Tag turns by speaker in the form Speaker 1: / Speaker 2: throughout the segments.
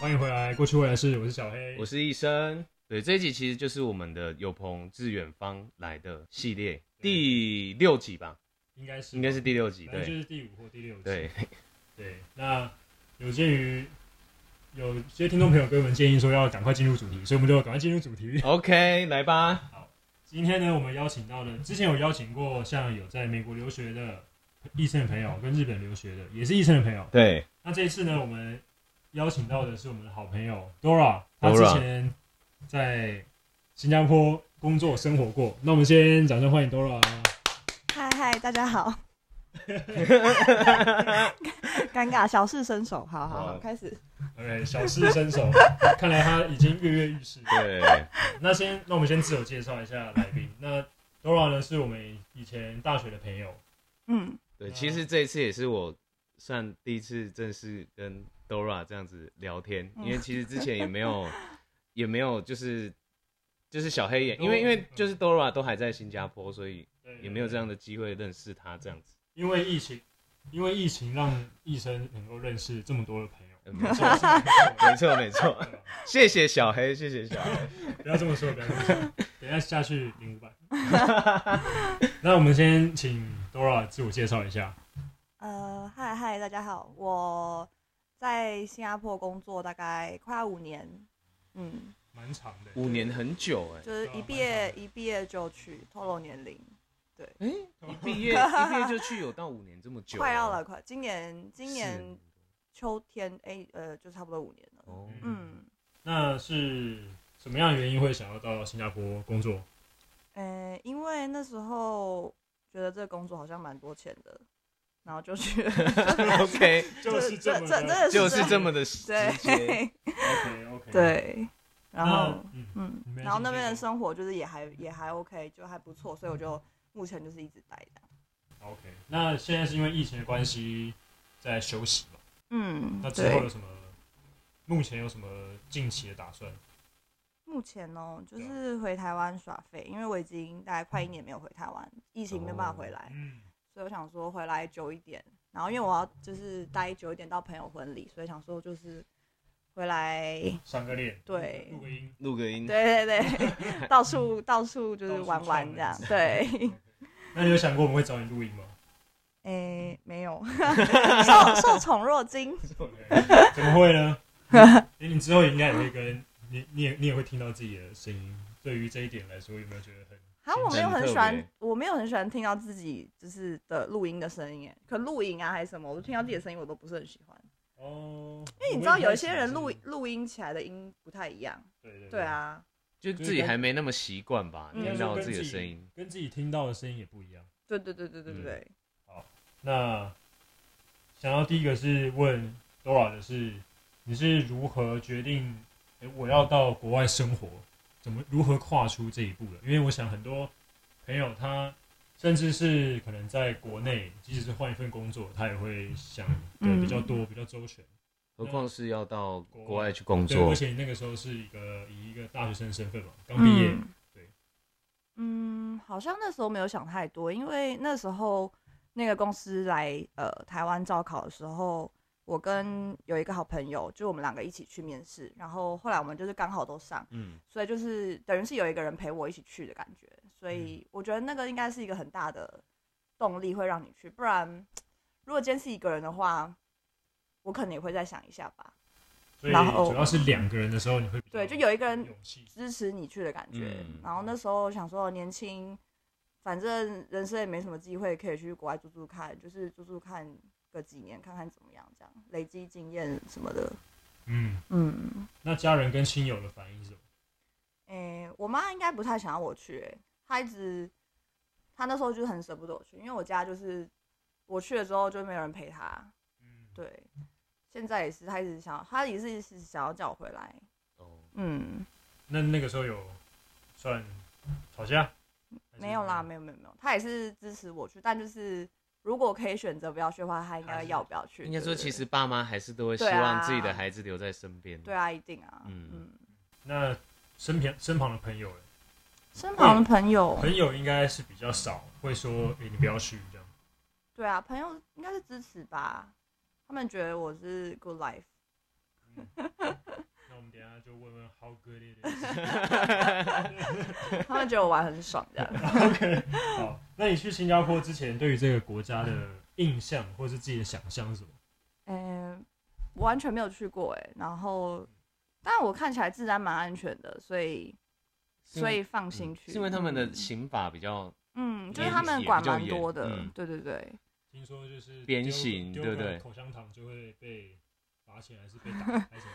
Speaker 1: 欢迎回来，过去未来式，我是小黑，
Speaker 2: 我是医生。对，这一集其实就是我们的有朋自远方来的系列第六集吧，
Speaker 1: 应该是
Speaker 2: 应该是第六集。
Speaker 1: 反正就
Speaker 2: 对
Speaker 1: 是第五或第六集。
Speaker 2: 对，
Speaker 1: 对，那有鉴于有些听众朋友给我们建议说要赶快进入主题，所以我们就赶快进入主题。
Speaker 2: ，OK，来吧。
Speaker 1: 今天呢，我们邀请到了之前有邀请过像有在美国留学的医生的朋友，跟日本留学的也是医生的朋友。
Speaker 2: 对，
Speaker 1: 那这一次呢，我们邀请到的是我们的好朋友 Dora，她之前在新加坡工作生活过。那我们先掌声欢迎 Dora。
Speaker 3: 嗨嗨，大 家好。尴尬，小事身手，好好
Speaker 2: 好啊
Speaker 3: 好，开始。
Speaker 1: OK，小试身 手，看来她已经跃跃欲试。
Speaker 2: 对，
Speaker 1: 那先，那我们先自我介绍一下来宾。那 Dora 呢，是我们以前大学的朋友，
Speaker 3: 嗯，
Speaker 2: 对，其实这一次也是我算第一次正式跟 Dora 这样子聊天，因为其实之前也 没有，也没有就是就是小黑眼，因
Speaker 1: 哦
Speaker 2: 为
Speaker 1: 嗯
Speaker 2: 因为就是 Dora 都还在新加坡，所以也没有这样的机会认识他这样子。
Speaker 1: 因为疫情，因为疫情让医生能够认识这么多的朋友。
Speaker 2: 嗯没错，
Speaker 1: 这也是很不
Speaker 2: 没错，没错。
Speaker 1: 错的
Speaker 2: 谢谢小黑，谢谢小黑。
Speaker 1: 不要这么说，不要这么说，等一下下去领五百。 那我们先请 Dora 自我介绍一下。
Speaker 3: 呃，嗨嗨，大家好，我在新加坡工作大概快要五年，嗯，
Speaker 1: 蛮长的，
Speaker 2: 五年很久哎、
Speaker 3: 就是一毕业一毕业就去透露年龄，
Speaker 2: 哎、
Speaker 1: 嗯
Speaker 2: 一毕业一毕业就去，有到五年这么久、啊
Speaker 3: 快要了，，快，今年今
Speaker 2: 是
Speaker 3: 年嗯秋天，哎，呃，就差不多五年了。
Speaker 2: 哦，
Speaker 3: 嗯，
Speaker 1: 那是什么样的原因会想要到新加坡工作？
Speaker 3: 呃，因为那时候觉得这个工作好像蛮多钱的，然后就去了，
Speaker 2: OK，
Speaker 1: 就是这么
Speaker 3: 这这
Speaker 1: 的
Speaker 3: 这
Speaker 2: 就是这么的 直接。
Speaker 3: 对
Speaker 1: OK OK。
Speaker 3: 对，然后。
Speaker 1: 那嗯，
Speaker 3: 嗯
Speaker 1: 你们，
Speaker 3: 然后那
Speaker 1: 先
Speaker 3: 边的
Speaker 1: 介绍
Speaker 3: 生活就是也还也还 OK，就还不错，所以我就目前就是一直待这样。
Speaker 1: OK。那现在是因为疫情的关系在休息嘛？
Speaker 3: 嗯
Speaker 1: 那，之后
Speaker 3: 对
Speaker 1: 有，什么？目前有什么近期的打算？
Speaker 3: 目前哦、就
Speaker 1: 对啊
Speaker 3: 是回台湾耍废，因为我已经大概快一年没有回台湾，疫情没办法回来，
Speaker 1: 嗯，
Speaker 3: 所以我想说回来久一点。然后因为我要就是待久一点到朋友婚礼，所以想说就是回来，
Speaker 1: 上个练，
Speaker 3: 对
Speaker 1: 录个音，
Speaker 2: 录个音，
Speaker 3: 对对 对，到处到处就
Speaker 1: 嗯到
Speaker 3: 是
Speaker 1: 处
Speaker 3: 玩
Speaker 1: 串
Speaker 3: 玩这样
Speaker 1: 门。
Speaker 3: 对，
Speaker 1: OK 那你有想过我们会找你录音吗？
Speaker 3: 诶、没有，受受宠若惊。
Speaker 1: OK，怎么会呢？ 你你之后应该也会跟你，你也你也会听到自己的声音。对于这一点来说，有没有觉得很
Speaker 3: 啊，我没有
Speaker 2: 很
Speaker 3: 很
Speaker 2: 特
Speaker 3: 喜欢
Speaker 2: 别，
Speaker 3: 我没有很喜欢听到自己就是的录音的声音，哎，可录影啊还是什么，我听到自己的声音我都不是很喜欢，
Speaker 1: 哦？
Speaker 3: 因为你知道有一些人录录音起来的音不太一样，
Speaker 1: 对对
Speaker 3: 对，啊，
Speaker 2: 就自己还没那么习惯吧，
Speaker 3: 嗯
Speaker 2: 听到自己的声音。
Speaker 1: 跟自己听到的声音也不一样。
Speaker 3: 对对对对对对对，
Speaker 1: 那想要第一个是问 Dora 的是，你是如何决定诶我要到国外生活，怎么如何跨出这一步的？因为我想很多朋友他甚至是可能在国内，即使是换一份工作，他也会想
Speaker 3: 嗯
Speaker 1: 的比较多、比较周全。
Speaker 2: 何况是要到国外去工
Speaker 1: 对，
Speaker 2: 作
Speaker 1: 而，且你那个时候是一个以一个大学生身份嘛，刚毕业，
Speaker 3: 嗯，
Speaker 1: 对，
Speaker 3: 嗯，好像那时候没有想太多，因为那时候那个公司来呃台湾招考的时候。我跟有一个好朋友，就我们两个一起去面试，然后后来我们就是刚好都上，
Speaker 2: 嗯，
Speaker 3: 所以就是等于是有一个人陪我一起去的感觉，所
Speaker 2: 嗯
Speaker 3: 以我觉得那个应该是一个很大的动力，会让你去。不然，如果今天是一个人的话，我可能也会再想一下吧，
Speaker 1: 所以
Speaker 3: 然后
Speaker 1: 主要是两个人的时候，你会比较
Speaker 3: 对就有一个人
Speaker 1: 勇气，
Speaker 3: 支持你去的感觉。
Speaker 2: 哦嗯
Speaker 3: 然后那时候想说年轻，反正人生也没什么机会，可以去国外住住看，就是住住看个几年，看看怎么样，这样累积经验什么的。
Speaker 1: 嗯。
Speaker 3: 嗯，
Speaker 1: 那家人跟亲友的反应是什么？
Speaker 3: 诶、我妈应该不太想要我去、欸，她一直，她那时候就是很舍不得我去，因为我家就是我去了之后就没有人陪她，
Speaker 1: 嗯，
Speaker 3: 对，现在也是，她一直想，她也是一直想要叫我回来，
Speaker 2: 哦，
Speaker 3: 嗯，
Speaker 1: 那那个时候有算吵架？还是
Speaker 3: 没有啦，。没有没有没有，她也是支持我去，但就是如果可以选择不要去的话，她应该要不要去？
Speaker 2: 应该
Speaker 3: 对
Speaker 2: 说
Speaker 3: 对
Speaker 2: 其
Speaker 3: 对
Speaker 2: 实爸妈还是都会希
Speaker 3: 对啊
Speaker 2: 望自己的孩子留在身边。
Speaker 3: 对，啊，一定啊，
Speaker 2: 嗯
Speaker 3: 嗯
Speaker 1: 那身边身旁的朋友呢，
Speaker 3: 身旁的朋友，
Speaker 2: 哎
Speaker 1: 朋友应该是比较少会说，诶、你不要去这样。
Speaker 3: 对啊，朋友应该是支持吧，他们觉得我是 good life，
Speaker 1: 那我们等一下就问问 How good it is。
Speaker 4: 他们觉得我玩很爽这样。
Speaker 1: OK，好，那你去新加坡之前，对于这个国家的印象或是自己的想象是什么？
Speaker 4: 嗯、我完全没有去过哎、然后，但我看起来治安蛮安全的，所以
Speaker 2: 是因
Speaker 4: 所
Speaker 2: 为嗯
Speaker 4: 以放心去。
Speaker 2: 是因为他们的刑法比较
Speaker 4: 嗯，就是
Speaker 2: 严
Speaker 4: 他们
Speaker 2: 也
Speaker 4: 管
Speaker 2: 比较
Speaker 4: 蛮
Speaker 2: 严
Speaker 4: 多的，
Speaker 2: 嗯
Speaker 4: 对对对。
Speaker 1: 听说就是
Speaker 2: 鞭
Speaker 1: 丢
Speaker 2: 刑
Speaker 1: 丢
Speaker 2: 对不
Speaker 1: 个
Speaker 2: 对
Speaker 1: 口香糖就会被罚钱，还是被打，还是什么？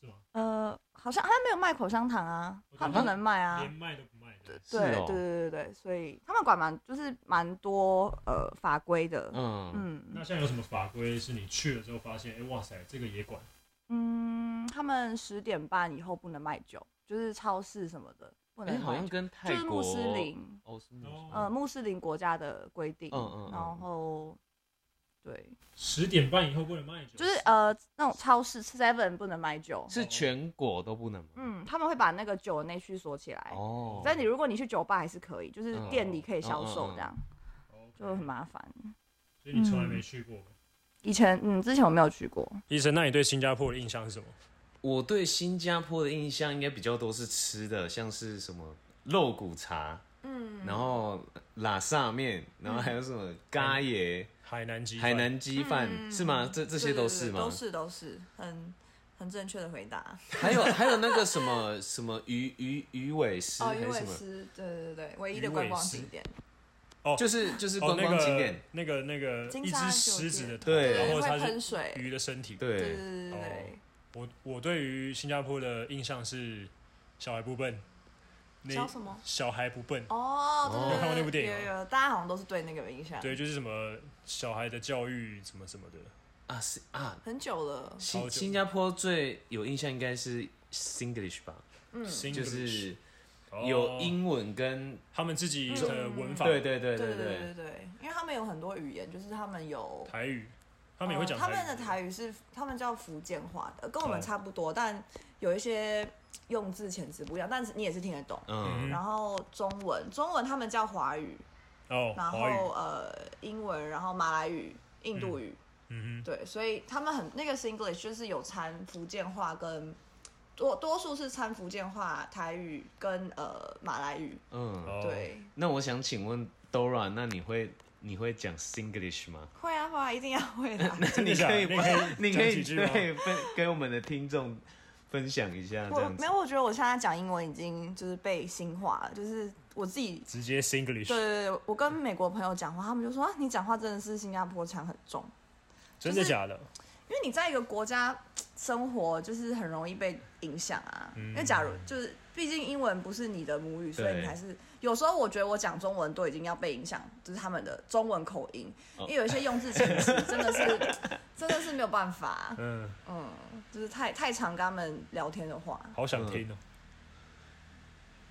Speaker 1: 是 吗？
Speaker 4: 呃，好像他没有卖口香糖啊
Speaker 1: 我，
Speaker 4: 他
Speaker 1: 懂
Speaker 4: 们不
Speaker 1: 了
Speaker 4: 能卖啊。
Speaker 1: 连卖都不卖的。
Speaker 2: 是
Speaker 4: 对
Speaker 2: 哦
Speaker 4: 对对对对，所以他们管蛮就是蛮多呃法规的，
Speaker 2: 嗯
Speaker 4: 嗯
Speaker 1: 那现在有什么法规是你去了之后发现，哎、哇塞，这个也管？
Speaker 4: 嗯，他们十点半以后不能卖酒，就是超市什么的不
Speaker 2: 哎、
Speaker 4: 能
Speaker 2: 好
Speaker 4: 卖
Speaker 2: 像
Speaker 4: 酒，
Speaker 2: 跟
Speaker 4: 就
Speaker 2: 泰
Speaker 4: 是穆
Speaker 2: 国
Speaker 4: 斯林
Speaker 2: 哦是穆斯
Speaker 1: 哦
Speaker 3: 嗯
Speaker 4: 呃穆斯林国家的规定，
Speaker 2: 嗯嗯嗯
Speaker 4: 然后对，
Speaker 1: 十点半以后不能卖酒，
Speaker 4: 就是呃那种超市 Seven 不能卖酒，
Speaker 2: 是全国都不能吗？
Speaker 4: 嗯，他们会把那个酒的内需锁起来，
Speaker 2: 哦，
Speaker 4: 但你如果你去酒吧还是可以，就是
Speaker 2: 嗯
Speaker 4: 店里可以销
Speaker 2: 嗯嗯
Speaker 4: 售
Speaker 2: 嗯
Speaker 4: 这样，
Speaker 1: OK
Speaker 4: 就很麻烦。
Speaker 1: 所以你从
Speaker 3: 嗯
Speaker 1: 来没去过。
Speaker 4: 以前嗯之前我没有去过，
Speaker 1: 医生，那你对新加坡的印象是什么？
Speaker 2: 我对新加坡的印象应该比较多是吃的，像是什么肉骨茶，嗯，然后拉萨面，然后还有什么咖椰、
Speaker 1: 海南鸡哦
Speaker 2: 海南鸡饭、是吗？这这些
Speaker 3: 对对
Speaker 2: 都
Speaker 3: 嗯对
Speaker 2: 是吗？
Speaker 3: 都是都是，很很正确的回答。
Speaker 2: 还有还有那个什么什么鱼鱼鱼尾狮、
Speaker 3: 哦，
Speaker 2: 还
Speaker 3: 鱼
Speaker 2: 是
Speaker 3: 尾
Speaker 2: 什么？
Speaker 3: 狮，对对对，唯一
Speaker 1: 鱼
Speaker 3: 的观
Speaker 1: 尾
Speaker 3: 光
Speaker 1: 狮
Speaker 3: 景点，
Speaker 2: 就是就是观光景
Speaker 3: 哦
Speaker 2: 点，
Speaker 1: 那个那个
Speaker 3: 金沙酒店
Speaker 1: 头
Speaker 2: 对
Speaker 3: 对，
Speaker 1: 它
Speaker 3: 会
Speaker 1: 是
Speaker 3: 喷水，
Speaker 1: 鱼的身体。
Speaker 3: 对
Speaker 2: 对
Speaker 3: 对对对对，
Speaker 1: 我我对于新加坡的印象是小孩不笨，那
Speaker 3: 叫什么？
Speaker 1: 小孩不笨，
Speaker 3: 哦，对对
Speaker 1: 有看过那
Speaker 3: 对
Speaker 1: 部电影吗
Speaker 3: 有有有，大家好像都是对那个有印象，
Speaker 1: 对，就是什么小孩的教育什么什么的。
Speaker 2: 啊是啊，
Speaker 3: 很久了，
Speaker 1: 好
Speaker 2: 新
Speaker 1: 久
Speaker 2: 新加坡最有印象应该是 Singlish 吧，
Speaker 1: 嗯
Speaker 2: 就是有英文跟、
Speaker 1: 哦他们自己的
Speaker 3: 嗯
Speaker 1: 文法，
Speaker 2: 对对对
Speaker 3: 对
Speaker 2: 对
Speaker 3: 对对对，因为他们有很多语言，就是他们有
Speaker 1: 台语，他们也会讲
Speaker 3: 呃他
Speaker 1: 台语。
Speaker 3: 们的台语是他们叫福建话的，跟我们
Speaker 1: 哦
Speaker 3: 差不多，但有一些用字遣词不一样，但是你也是听得懂。
Speaker 2: 嗯
Speaker 1: 嗯
Speaker 3: 然后中文，中文他们叫华语，
Speaker 1: 哦，
Speaker 3: 然
Speaker 1: 华
Speaker 3: 后
Speaker 1: 语，
Speaker 3: 呃英文，然后马来语、印度语，
Speaker 1: 嗯
Speaker 3: 对，所以他们很那个 Singlish 就是有掺福建话跟多多数是掺福建话、台语跟呃马来语，
Speaker 2: 嗯
Speaker 1: 哼，哦，
Speaker 3: 对，
Speaker 2: 那我想请问 Dora，那你会你会讲 Singlish 吗？
Speaker 3: 会啊会啊，一定要会的啊。
Speaker 1: 真的
Speaker 2: 你
Speaker 1: 假的
Speaker 2: 可以
Speaker 1: 那可以
Speaker 2: 帮你
Speaker 1: 讲
Speaker 2: 可
Speaker 1: 几
Speaker 2: 以
Speaker 1: 句吗
Speaker 2: 对分给我们的听众分享一下这
Speaker 3: 我
Speaker 2: 样
Speaker 3: 没
Speaker 2: 子
Speaker 3: 有，。我觉得我现在讲英文已经就是被新化了，就是我自己
Speaker 1: 直接 Singlish，
Speaker 3: 对对对，我跟美国朋友讲话，他们就说啊，你讲话真的是新加坡腔很重，
Speaker 1: 真的假的？
Speaker 3: 因为你在一个国家生活，就是很容易被影响啊。因为假如就是，毕竟英文不是你的母语，所以
Speaker 2: 嗯对
Speaker 3: 你还是有时候我觉得我讲中文都已经要被影响，就是他们的中文口音，
Speaker 2: 哦
Speaker 3: 因为有一些用字遣词真的是 真的是没有办法，
Speaker 1: 嗯，
Speaker 3: 嗯，就是太太常跟他们聊天的话。
Speaker 1: 好想听哦。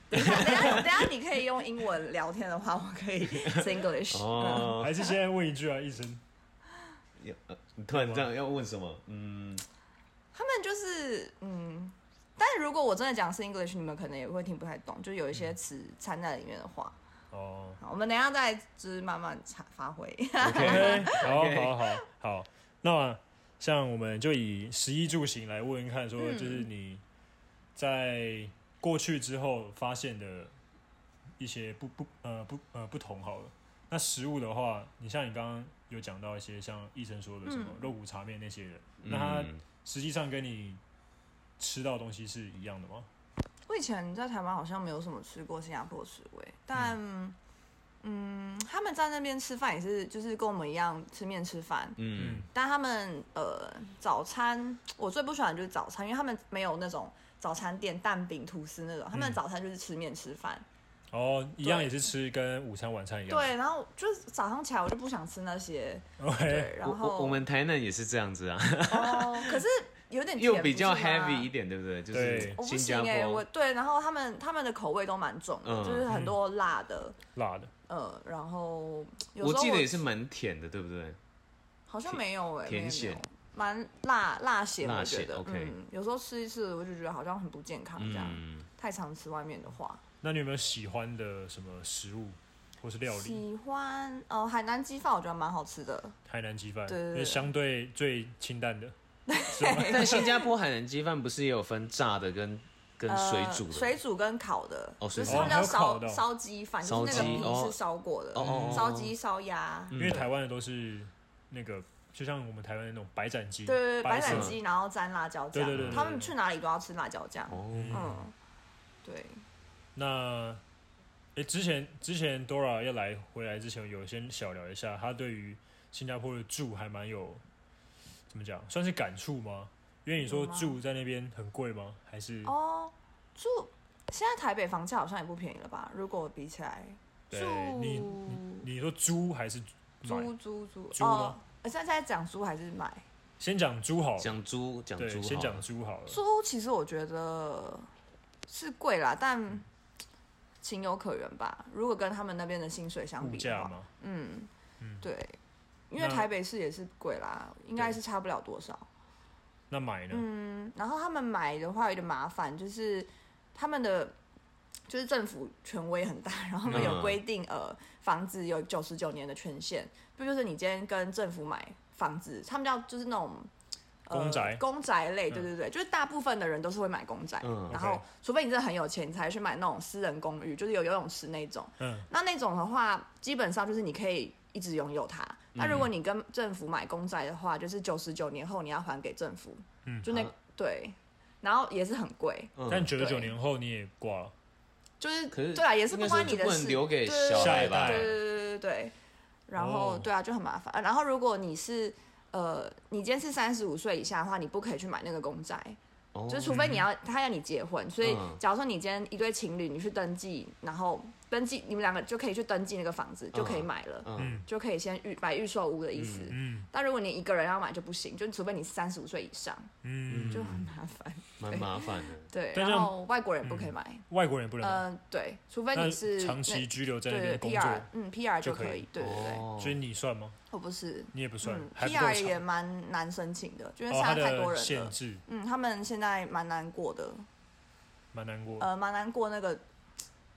Speaker 3: 等一下等一下等一下，你可以用英文聊天的话，我可以嗯 English。
Speaker 2: 哦，
Speaker 1: 还是现在问一句啊，医生，
Speaker 2: 有呃你突然这样要问什么？ 嗯，
Speaker 3: 他们就是嗯，但如果我真的讲是 English，你们可能也会听不太懂，就有一些词掺在里面的话。
Speaker 1: 哦
Speaker 3: 好，我们等一下再就是慢慢查发挥。
Speaker 1: ，OK，好
Speaker 2: OK
Speaker 1: 好好好，那像我们就以食衣住行来问问看，说就是你在过去之后发现的一些不不呃不呃不同好了。那食物的话，你像你刚刚有讲到一些像医生说的什么肉骨茶面那些的，那它
Speaker 2: 嗯
Speaker 1: 实际上跟你吃到的东西是一样的吗？
Speaker 3: 我以前在台湾好像没有什么吃过新加坡食味，但嗯他们在那边吃饭也是就是跟我们一样吃面吃饭，
Speaker 2: 嗯
Speaker 3: 但他们呃早餐我最不喜欢的就是早餐，因为他们没有那种早餐店蛋饼吐司那种，他们的
Speaker 1: 嗯
Speaker 3: 早餐就是吃面吃饭。
Speaker 1: 哦，一样
Speaker 3: 对
Speaker 1: 也是吃跟午餐晚餐一样。
Speaker 3: 对，然后就是早上起来我就不想吃那些，
Speaker 1: ，OK，
Speaker 3: 对，
Speaker 2: 哎我
Speaker 3: 然后
Speaker 2: 我我们台南也是这样子啊，
Speaker 3: 哦，可是有点
Speaker 2: 又
Speaker 3: 甜
Speaker 2: 比较
Speaker 3: 不是吗
Speaker 2: heavy 一点，对不对？就
Speaker 1: 对
Speaker 2: 是
Speaker 3: 我不
Speaker 2: 新
Speaker 3: 行
Speaker 2: 加
Speaker 3: 哎、
Speaker 2: 坡
Speaker 3: 我，对，然后他们他们的口味都蛮重的，
Speaker 2: 嗯
Speaker 3: 就是很多辣的，
Speaker 1: 辣的。
Speaker 3: 呃，然后有
Speaker 2: 我
Speaker 3: 时候
Speaker 2: 记得也是蛮甜的，对不对？
Speaker 3: 好像没有哎、
Speaker 2: 甜
Speaker 3: 没有
Speaker 2: 咸
Speaker 3: 没有蛮辣辣咸，
Speaker 2: 辣
Speaker 3: 我觉
Speaker 2: 咸
Speaker 3: 得
Speaker 2: ，OK
Speaker 3: 嗯，有时候吃一次我就觉得好像很不健康这 样，
Speaker 2: 嗯，
Speaker 3: 太常吃外面的话。
Speaker 1: 那你有没有喜欢的什么食物或是料理？
Speaker 3: 喜欢哦，海南鸡饭我觉得蛮好吃的，
Speaker 1: 台南鸡饭，
Speaker 3: 对对对
Speaker 1: 因为相对最清淡的。是吧？
Speaker 5: 但新加坡海南鸡饭不是也有分炸的跟跟水煮的？
Speaker 3: 呃、水煮跟烤的，
Speaker 5: 哦
Speaker 3: 就
Speaker 5: 水
Speaker 3: 是
Speaker 5: 煮
Speaker 3: 他们叫
Speaker 1: 哦还有烤
Speaker 3: 烧
Speaker 1: 的哦
Speaker 3: 烧鸡饭，就
Speaker 5: 烧
Speaker 3: 是
Speaker 5: 鸡
Speaker 3: 那个皮
Speaker 5: 哦
Speaker 3: 是烧过的
Speaker 5: 哦哦哦，
Speaker 3: 烧鸡、烧鸭，
Speaker 1: 因为台湾的都是那个，就像我们台湾的那种白斩鸡，
Speaker 3: 对对对，白
Speaker 1: 色
Speaker 3: 斩
Speaker 1: 的
Speaker 3: 鸡，然后沾辣椒
Speaker 1: 对
Speaker 3: 酱
Speaker 1: 对对对，
Speaker 3: 他们去哪里都要吃辣椒酱，
Speaker 5: 哦，
Speaker 3: 嗯，对，
Speaker 1: 那，诶，之前之前 Dora 要来回来之前，有先小聊一下，她对于新加坡的住还蛮有怎么讲，算是感触吗？因为你说
Speaker 3: 有吗
Speaker 1: 住在那边很贵吗？还是
Speaker 3: 哦，住现在台北房价好像也不便宜了吧？如果比起来，
Speaker 1: 对
Speaker 3: 住
Speaker 1: 你你说租还是买？
Speaker 3: 租租租
Speaker 1: 租
Speaker 3: 哦
Speaker 1: 吗，
Speaker 3: 呃现在在讲租还是买？
Speaker 1: 先讲租好了，
Speaker 5: 讲猪讲
Speaker 1: 对，
Speaker 5: 猪
Speaker 1: 先
Speaker 5: 好
Speaker 1: 讲
Speaker 5: 了，
Speaker 1: 租好了。
Speaker 3: 租其实我觉得是贵啦，但情有可原吧。如果跟他们那边的薪水相
Speaker 1: 物
Speaker 3: 比
Speaker 1: 价
Speaker 3: 的话，
Speaker 1: 嘛，
Speaker 3: 嗯，
Speaker 1: 嗯
Speaker 3: 对，因为
Speaker 1: 那
Speaker 3: 台北市也是贵啦，应该是差不了多少。
Speaker 1: 那买呢？
Speaker 3: 嗯，然后他们买的话有点麻烦，就是他们的就是政府权威很大，然后他们有
Speaker 5: 嗯
Speaker 3: 规定，呃，房子有九十九年的权限，不就是你今天跟政府买房子，他们叫就是那种。呃
Speaker 1: 公宅
Speaker 3: 公宅类，对
Speaker 1: 嗯
Speaker 3: 对对，就是大部分的人都是会买公宅，
Speaker 5: 嗯
Speaker 3: 然后
Speaker 1: OK
Speaker 3: 除非你真的很有钱，你才去买那种私人公寓，就是有游泳池那种。
Speaker 1: 嗯，
Speaker 3: 那那种的话，基本上就是你可以一直拥有它。
Speaker 1: 嗯
Speaker 3: 那如果你跟政府买公债的话，就是九十九年后你要还给政府，
Speaker 1: 嗯
Speaker 3: 就那、
Speaker 5: 啊
Speaker 3: 对，然后也是很贵，
Speaker 5: 嗯
Speaker 1: 但九十九
Speaker 3: 对
Speaker 1: 年后你也挂了，
Speaker 3: 就是
Speaker 5: 可是
Speaker 3: 对啊，也是
Speaker 5: 应该
Speaker 3: 不
Speaker 5: 是
Speaker 3: 关你的
Speaker 5: 不
Speaker 3: 事，
Speaker 5: 能留给
Speaker 3: 对对
Speaker 5: 小
Speaker 1: 下
Speaker 5: 孩
Speaker 1: 一代
Speaker 5: 吧？
Speaker 3: 对对对对对对。然后、
Speaker 1: 哦
Speaker 3: 对啊，就很麻烦。呃然后如果你是呃，你今天是三十五岁以下的话，你不可以去买那个公债，
Speaker 5: 哦
Speaker 3: 就是除非
Speaker 1: 嗯
Speaker 3: 你要他要你结婚，所以
Speaker 5: 嗯
Speaker 3: 假如说你今天一对情侣，你去登记，然后登记你们两个就可以去登记那个房子，就可以
Speaker 5: 嗯
Speaker 3: 买了。
Speaker 5: 嗯
Speaker 1: 嗯
Speaker 3: 就可以先预买预售屋的意思。
Speaker 1: 嗯
Speaker 3: 但如果你一个人要买就不行，就除非你是三十五岁以上，
Speaker 1: 嗯，
Speaker 3: 就很麻烦。
Speaker 1: 哎
Speaker 5: 蛮麻烦 的。
Speaker 3: 对，
Speaker 1: 但是
Speaker 3: 然后外国人不可以买，
Speaker 1: 外国人也不能买，
Speaker 3: 嗯、对，除非
Speaker 1: 那
Speaker 3: 你是
Speaker 1: 长期居留在
Speaker 3: 那
Speaker 1: 那
Speaker 3: 对对
Speaker 1: 边工
Speaker 3: P
Speaker 1: 作，
Speaker 3: R，嗯 P R
Speaker 1: 就
Speaker 3: 就
Speaker 1: 可以
Speaker 3: 可以，对对对，
Speaker 5: 哦
Speaker 1: 所以你算吗？
Speaker 3: 我不是。
Speaker 1: 你也不算
Speaker 3: 嗯，
Speaker 1: 还不
Speaker 3: ，P
Speaker 1: 够
Speaker 3: R
Speaker 1: 长
Speaker 3: 也蛮难申请的，就因为
Speaker 1: 哦，
Speaker 3: 现
Speaker 1: 它
Speaker 3: 在太多
Speaker 1: 的
Speaker 3: 人了。
Speaker 1: 限制
Speaker 3: 嗯，他们现在蛮难过的，
Speaker 1: 蛮难过。
Speaker 3: 呃，蛮难过那个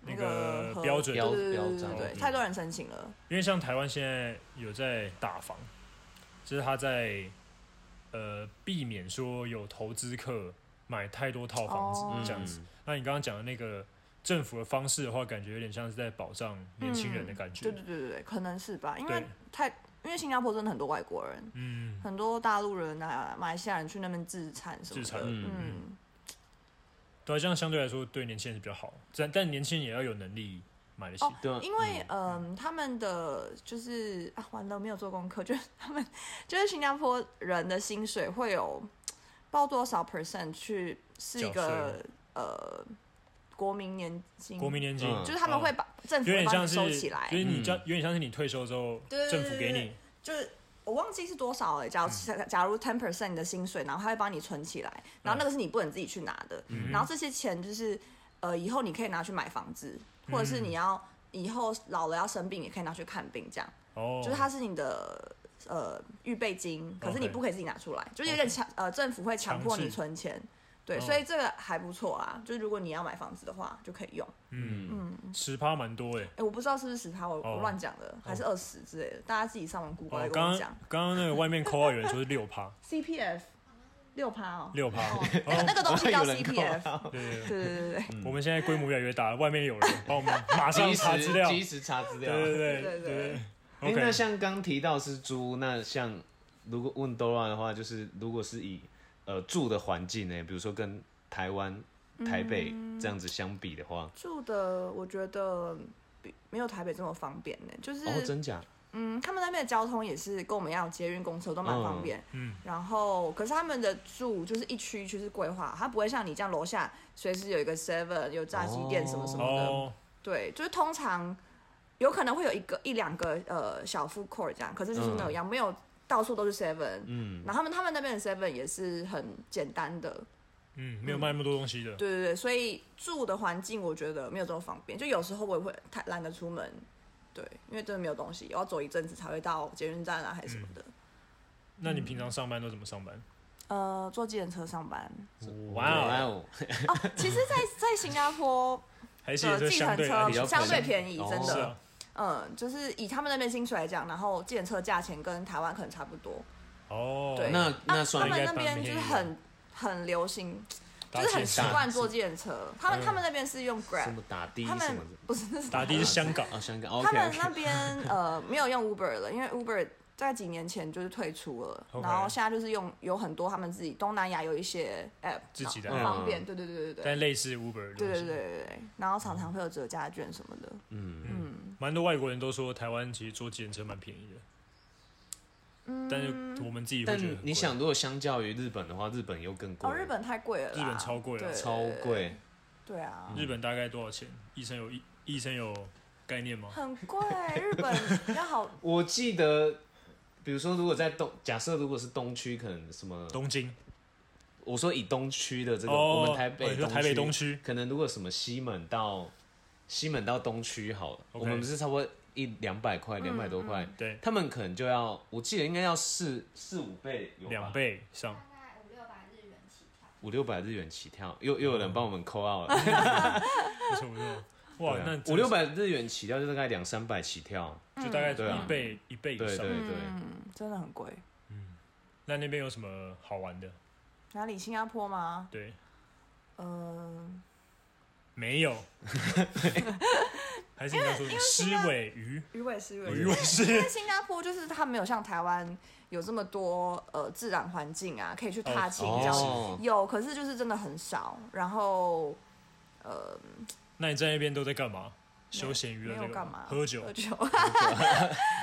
Speaker 1: 那
Speaker 3: 个
Speaker 1: 个
Speaker 3: 和
Speaker 1: 标准
Speaker 3: 对对
Speaker 5: 标
Speaker 3: 对对
Speaker 5: 标
Speaker 3: 对
Speaker 5: 章
Speaker 3: 对，
Speaker 5: 嗯
Speaker 3: 太多人申请了。
Speaker 1: 因为像台湾现在有在打房，就是他在呃避免说有投资客买太多套房子、
Speaker 3: 哦
Speaker 1: 嗯这
Speaker 2: 嗯
Speaker 1: 样子。
Speaker 5: 嗯
Speaker 1: 那你刚刚讲的那个政府的方式的话，感觉有点像是在保障年轻人的感觉。
Speaker 3: 嗯对对对对对，可能是吧，因为
Speaker 1: 对
Speaker 3: 太因为新加坡真的很多外国人，
Speaker 1: 嗯，
Speaker 3: 很多大陆人啊、马来西亚人去那边自产什么
Speaker 1: 自产
Speaker 3: 的，
Speaker 5: 嗯
Speaker 3: 嗯，
Speaker 1: 对啊，这样相对来说对年轻人是比较好，但但年轻人也要有能力买得起。
Speaker 3: 哦
Speaker 5: 对啊，
Speaker 3: 因为嗯、他们的就是啊，完了没有做功课， 就是他们就是新加坡人的薪水会有报多少 percent 去是一
Speaker 1: 缴
Speaker 3: 个呃国民年金，
Speaker 1: 国民年金、
Speaker 5: 嗯
Speaker 3: 就是他们会把、 政府
Speaker 1: 有
Speaker 3: 会
Speaker 1: 点
Speaker 3: 帮
Speaker 1: 像
Speaker 3: 你
Speaker 1: 是，
Speaker 3: 收起来
Speaker 1: 就，是你
Speaker 5: 嗯
Speaker 1: 将有点像是你退休之后，
Speaker 3: 对对
Speaker 1: 政府给
Speaker 3: 对
Speaker 1: 你，
Speaker 3: 就是。我忘记是多少了、
Speaker 1: 嗯
Speaker 3: 假如、假如 ten percent 你的薪水，然后他会帮你存起来，然后那个是你不能自己去拿的，
Speaker 1: 嗯
Speaker 3: 然后这些钱就是呃，以后你可以拿去买房子，
Speaker 1: 嗯
Speaker 3: 或者是你要以后老了要生病，也可以拿去看病，这样、
Speaker 1: 哦，
Speaker 3: 就是它是你的呃预备金，可是你
Speaker 1: OK
Speaker 3: 不可以自己拿出来就是有点强呃，政府会强迫
Speaker 1: 强
Speaker 3: 你
Speaker 1: 制
Speaker 3: 存钱。对，
Speaker 1: 哦
Speaker 3: 所以这个还不错啊，就是如果你要买房子的话，就可以用。
Speaker 1: 嗯，
Speaker 5: 嗯，
Speaker 1: 十趴蛮多哎。
Speaker 3: 哎、我不知道是不是十趴，我、
Speaker 1: 哦
Speaker 3: 我乱讲的，还是二十之类的，大家自己上网谷歌
Speaker 1: 哦
Speaker 3: 来，跟
Speaker 1: 刚
Speaker 3: 我
Speaker 1: 刚
Speaker 3: 讲。
Speaker 1: 刚刚那个外面扣号有人说是六趴，
Speaker 3: CPF 六趴哦，
Speaker 1: 六趴。
Speaker 3: 那 个那个东西 叫
Speaker 5: 有人扣
Speaker 3: CPF，
Speaker 1: 对对对，
Speaker 3: 对对对对对
Speaker 1: 我们现在规模越来越大了，外面有人帮我 们马上
Speaker 5: 及
Speaker 1: 查资料
Speaker 5: 时。及时查资
Speaker 1: 对
Speaker 5: 料。
Speaker 1: 对对
Speaker 3: 对对
Speaker 1: 对
Speaker 3: 对
Speaker 5: 哎、
Speaker 1: OK，
Speaker 5: 那像刚提到是租，那像如果问 Dora 的话，就是如果是以呃住的环境呢，比如说跟台湾
Speaker 3: 嗯
Speaker 5: 台北这样子相比的话，
Speaker 3: 住的我觉得比没有台北这么方便呢、就是、
Speaker 5: 哦，真假？
Speaker 3: 嗯，他们那边的交通也是跟我们一样，捷运、公车都蛮方便。
Speaker 1: 嗯，
Speaker 3: 然后，可是他们的住就是一区一区是规划，它不会像你这样楼下随时有一个 Seven、有炸鸡店什么什么的。
Speaker 1: 哦，
Speaker 3: 对，就是通常有可能会有一个一两个呃小 food court 这样，可是就是
Speaker 1: 嗯
Speaker 3: 那样，没有到处都是 Seven。
Speaker 5: 嗯，
Speaker 3: 然后他们他们那边的 Seven 也是很简单的，
Speaker 1: 嗯，没有卖那么多东西的。
Speaker 3: 对对对，所以住的环境我觉得没有这么方便，就有时候我也会太懒得出门，对，因为真的没有东西，我要走一阵子才会到捷运站啊，还是什么的。
Speaker 1: 那你平常上班都怎么上班？
Speaker 3: 呃，坐计程车上班
Speaker 1: 哇哦
Speaker 5: 哦，
Speaker 3: 哦，其实在，在新加坡
Speaker 1: 还是也是
Speaker 3: 的呃计程
Speaker 1: 相对来
Speaker 5: 比
Speaker 3: 车
Speaker 5: 较
Speaker 1: 讲
Speaker 3: 相对
Speaker 5: 便
Speaker 3: 便
Speaker 5: 宜
Speaker 3: 宜，
Speaker 5: 哦
Speaker 3: 真
Speaker 1: 是
Speaker 3: 的，
Speaker 1: 啊，
Speaker 3: 嗯，就是以他们那边薪水来讲，然后计程车价钱跟台湾可能差不多，
Speaker 1: 哦，
Speaker 3: 对
Speaker 2: 那那
Speaker 3: 他
Speaker 2: 算
Speaker 3: 们
Speaker 1: 应该
Speaker 3: 那边
Speaker 1: 蛮
Speaker 3: 就是
Speaker 1: 便宜的
Speaker 3: 很很流行，
Speaker 2: 搭
Speaker 3: 就是很
Speaker 2: 捷
Speaker 3: 习
Speaker 2: 达
Speaker 3: 惯坐计程车。他们
Speaker 1: 嗯
Speaker 3: 他们那边是用
Speaker 2: 什
Speaker 3: Grab，
Speaker 2: 么打的
Speaker 3: 他
Speaker 2: 什
Speaker 3: 们
Speaker 2: 么的。
Speaker 3: 不是那是
Speaker 1: 打的是香港，
Speaker 5: 哦
Speaker 2: 啊，香港
Speaker 3: 他
Speaker 2: OK
Speaker 3: 们
Speaker 2: OK，
Speaker 3: 那边 呃没有用 Uber 了，因为 Uber 在几年前就是退出了
Speaker 1: OK
Speaker 3: 然后现在就是用有很多他们自己东南亚有一些 App
Speaker 1: 自己的嗯
Speaker 3: 然后
Speaker 2: app
Speaker 3: 很方便，对对对对对
Speaker 1: 但类似 Uber 的东
Speaker 3: 对对对
Speaker 1: 西，嗯
Speaker 3: 对对，然后常常会有折价券什么的，
Speaker 2: 嗯，
Speaker 3: 嗯
Speaker 1: 蛮多外国人都说台湾其实坐计程车蛮便宜的，
Speaker 3: 嗯，
Speaker 1: 但是我们自己会
Speaker 2: 但
Speaker 1: 觉得很
Speaker 2: 你
Speaker 1: 贵
Speaker 2: 想，如果相较于日本的话，日本又更贵，
Speaker 3: 哦日本太贵了啦，
Speaker 1: 日本超贵了
Speaker 3: 对
Speaker 2: 超，贵，
Speaker 3: 对啊，
Speaker 1: 日本大概多少钱？医生有医医生有概念 吗？
Speaker 3: 很贵，日 本要好
Speaker 2: 我记得。比如说，如果在东，假设如果是东区，可能什么，
Speaker 1: 东京
Speaker 2: 我说以东区的这个，
Speaker 1: 哦
Speaker 2: 我们台
Speaker 1: 哦
Speaker 2: 北
Speaker 1: 你说台北东区
Speaker 2: 可能如果什么西门到西门到东区好了
Speaker 1: OK
Speaker 2: 我们不是差不多一两百块，两百
Speaker 3: 嗯
Speaker 2: 多块，
Speaker 1: 对
Speaker 2: 他们可能就要，我记得应该要四四五倍有吧，
Speaker 1: 两倍以上，
Speaker 6: 概五六百日元起跳。
Speaker 2: 五六百日元起跳，又又有人帮我们扣到了，
Speaker 1: 不错不错。哇，
Speaker 2: 对啊
Speaker 1: 那
Speaker 2: 五六百日元起跳就大概两三百起跳，
Speaker 1: 就大概
Speaker 2: 对啊
Speaker 1: 一倍一倍
Speaker 2: 对
Speaker 1: 以
Speaker 2: 对
Speaker 1: 上。
Speaker 2: 对，
Speaker 3: 嗯，真的很贵。
Speaker 1: 那那边有什么好玩的？
Speaker 3: 哪里？新加坡吗？
Speaker 1: 对，
Speaker 3: 嗯、
Speaker 1: 没有，还是你要说什么狮尾鱼？
Speaker 3: 鱼尾狮
Speaker 1: 鱼尾狮
Speaker 3: 但新加坡就是它没有像台湾有这么多呃自然环境啊，可以去踏青
Speaker 1: 哦
Speaker 3: 这样。
Speaker 2: 哦
Speaker 3: 有，可是就是真的很少。然后呃，
Speaker 1: 那你在那边都在干嘛？休闲娱乐
Speaker 3: 没
Speaker 1: 在
Speaker 3: 有干嘛？
Speaker 1: 喝酒
Speaker 3: 喝，酒，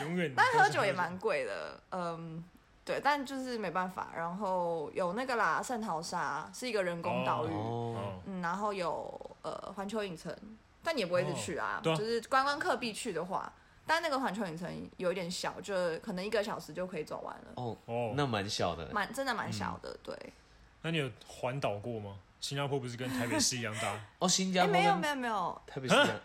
Speaker 1: 永远。
Speaker 3: 但喝酒也蛮贵的。嗯，对，但就是没办法。然后有那个啦，圣淘沙是一个人工岛屿，
Speaker 2: 哦，
Speaker 1: 哦，
Speaker 3: 嗯，然后有呃环球影城，但你也不会一直去啊，
Speaker 1: 哦对啊
Speaker 3: 就是观光客必去的话。但那个环球影城有一点小，就可能一个小时就可以走完了。
Speaker 2: 哦
Speaker 1: 哦
Speaker 2: 那蛮小的，
Speaker 3: 蛮真的蛮小的，对。
Speaker 1: 那你有环岛过吗？新加坡不是跟台北市一样大？
Speaker 2: 哦，新加
Speaker 3: 哎、
Speaker 2: 坡
Speaker 3: 没有
Speaker 2: 跟
Speaker 3: 没有没有，
Speaker 2: 台北市一样，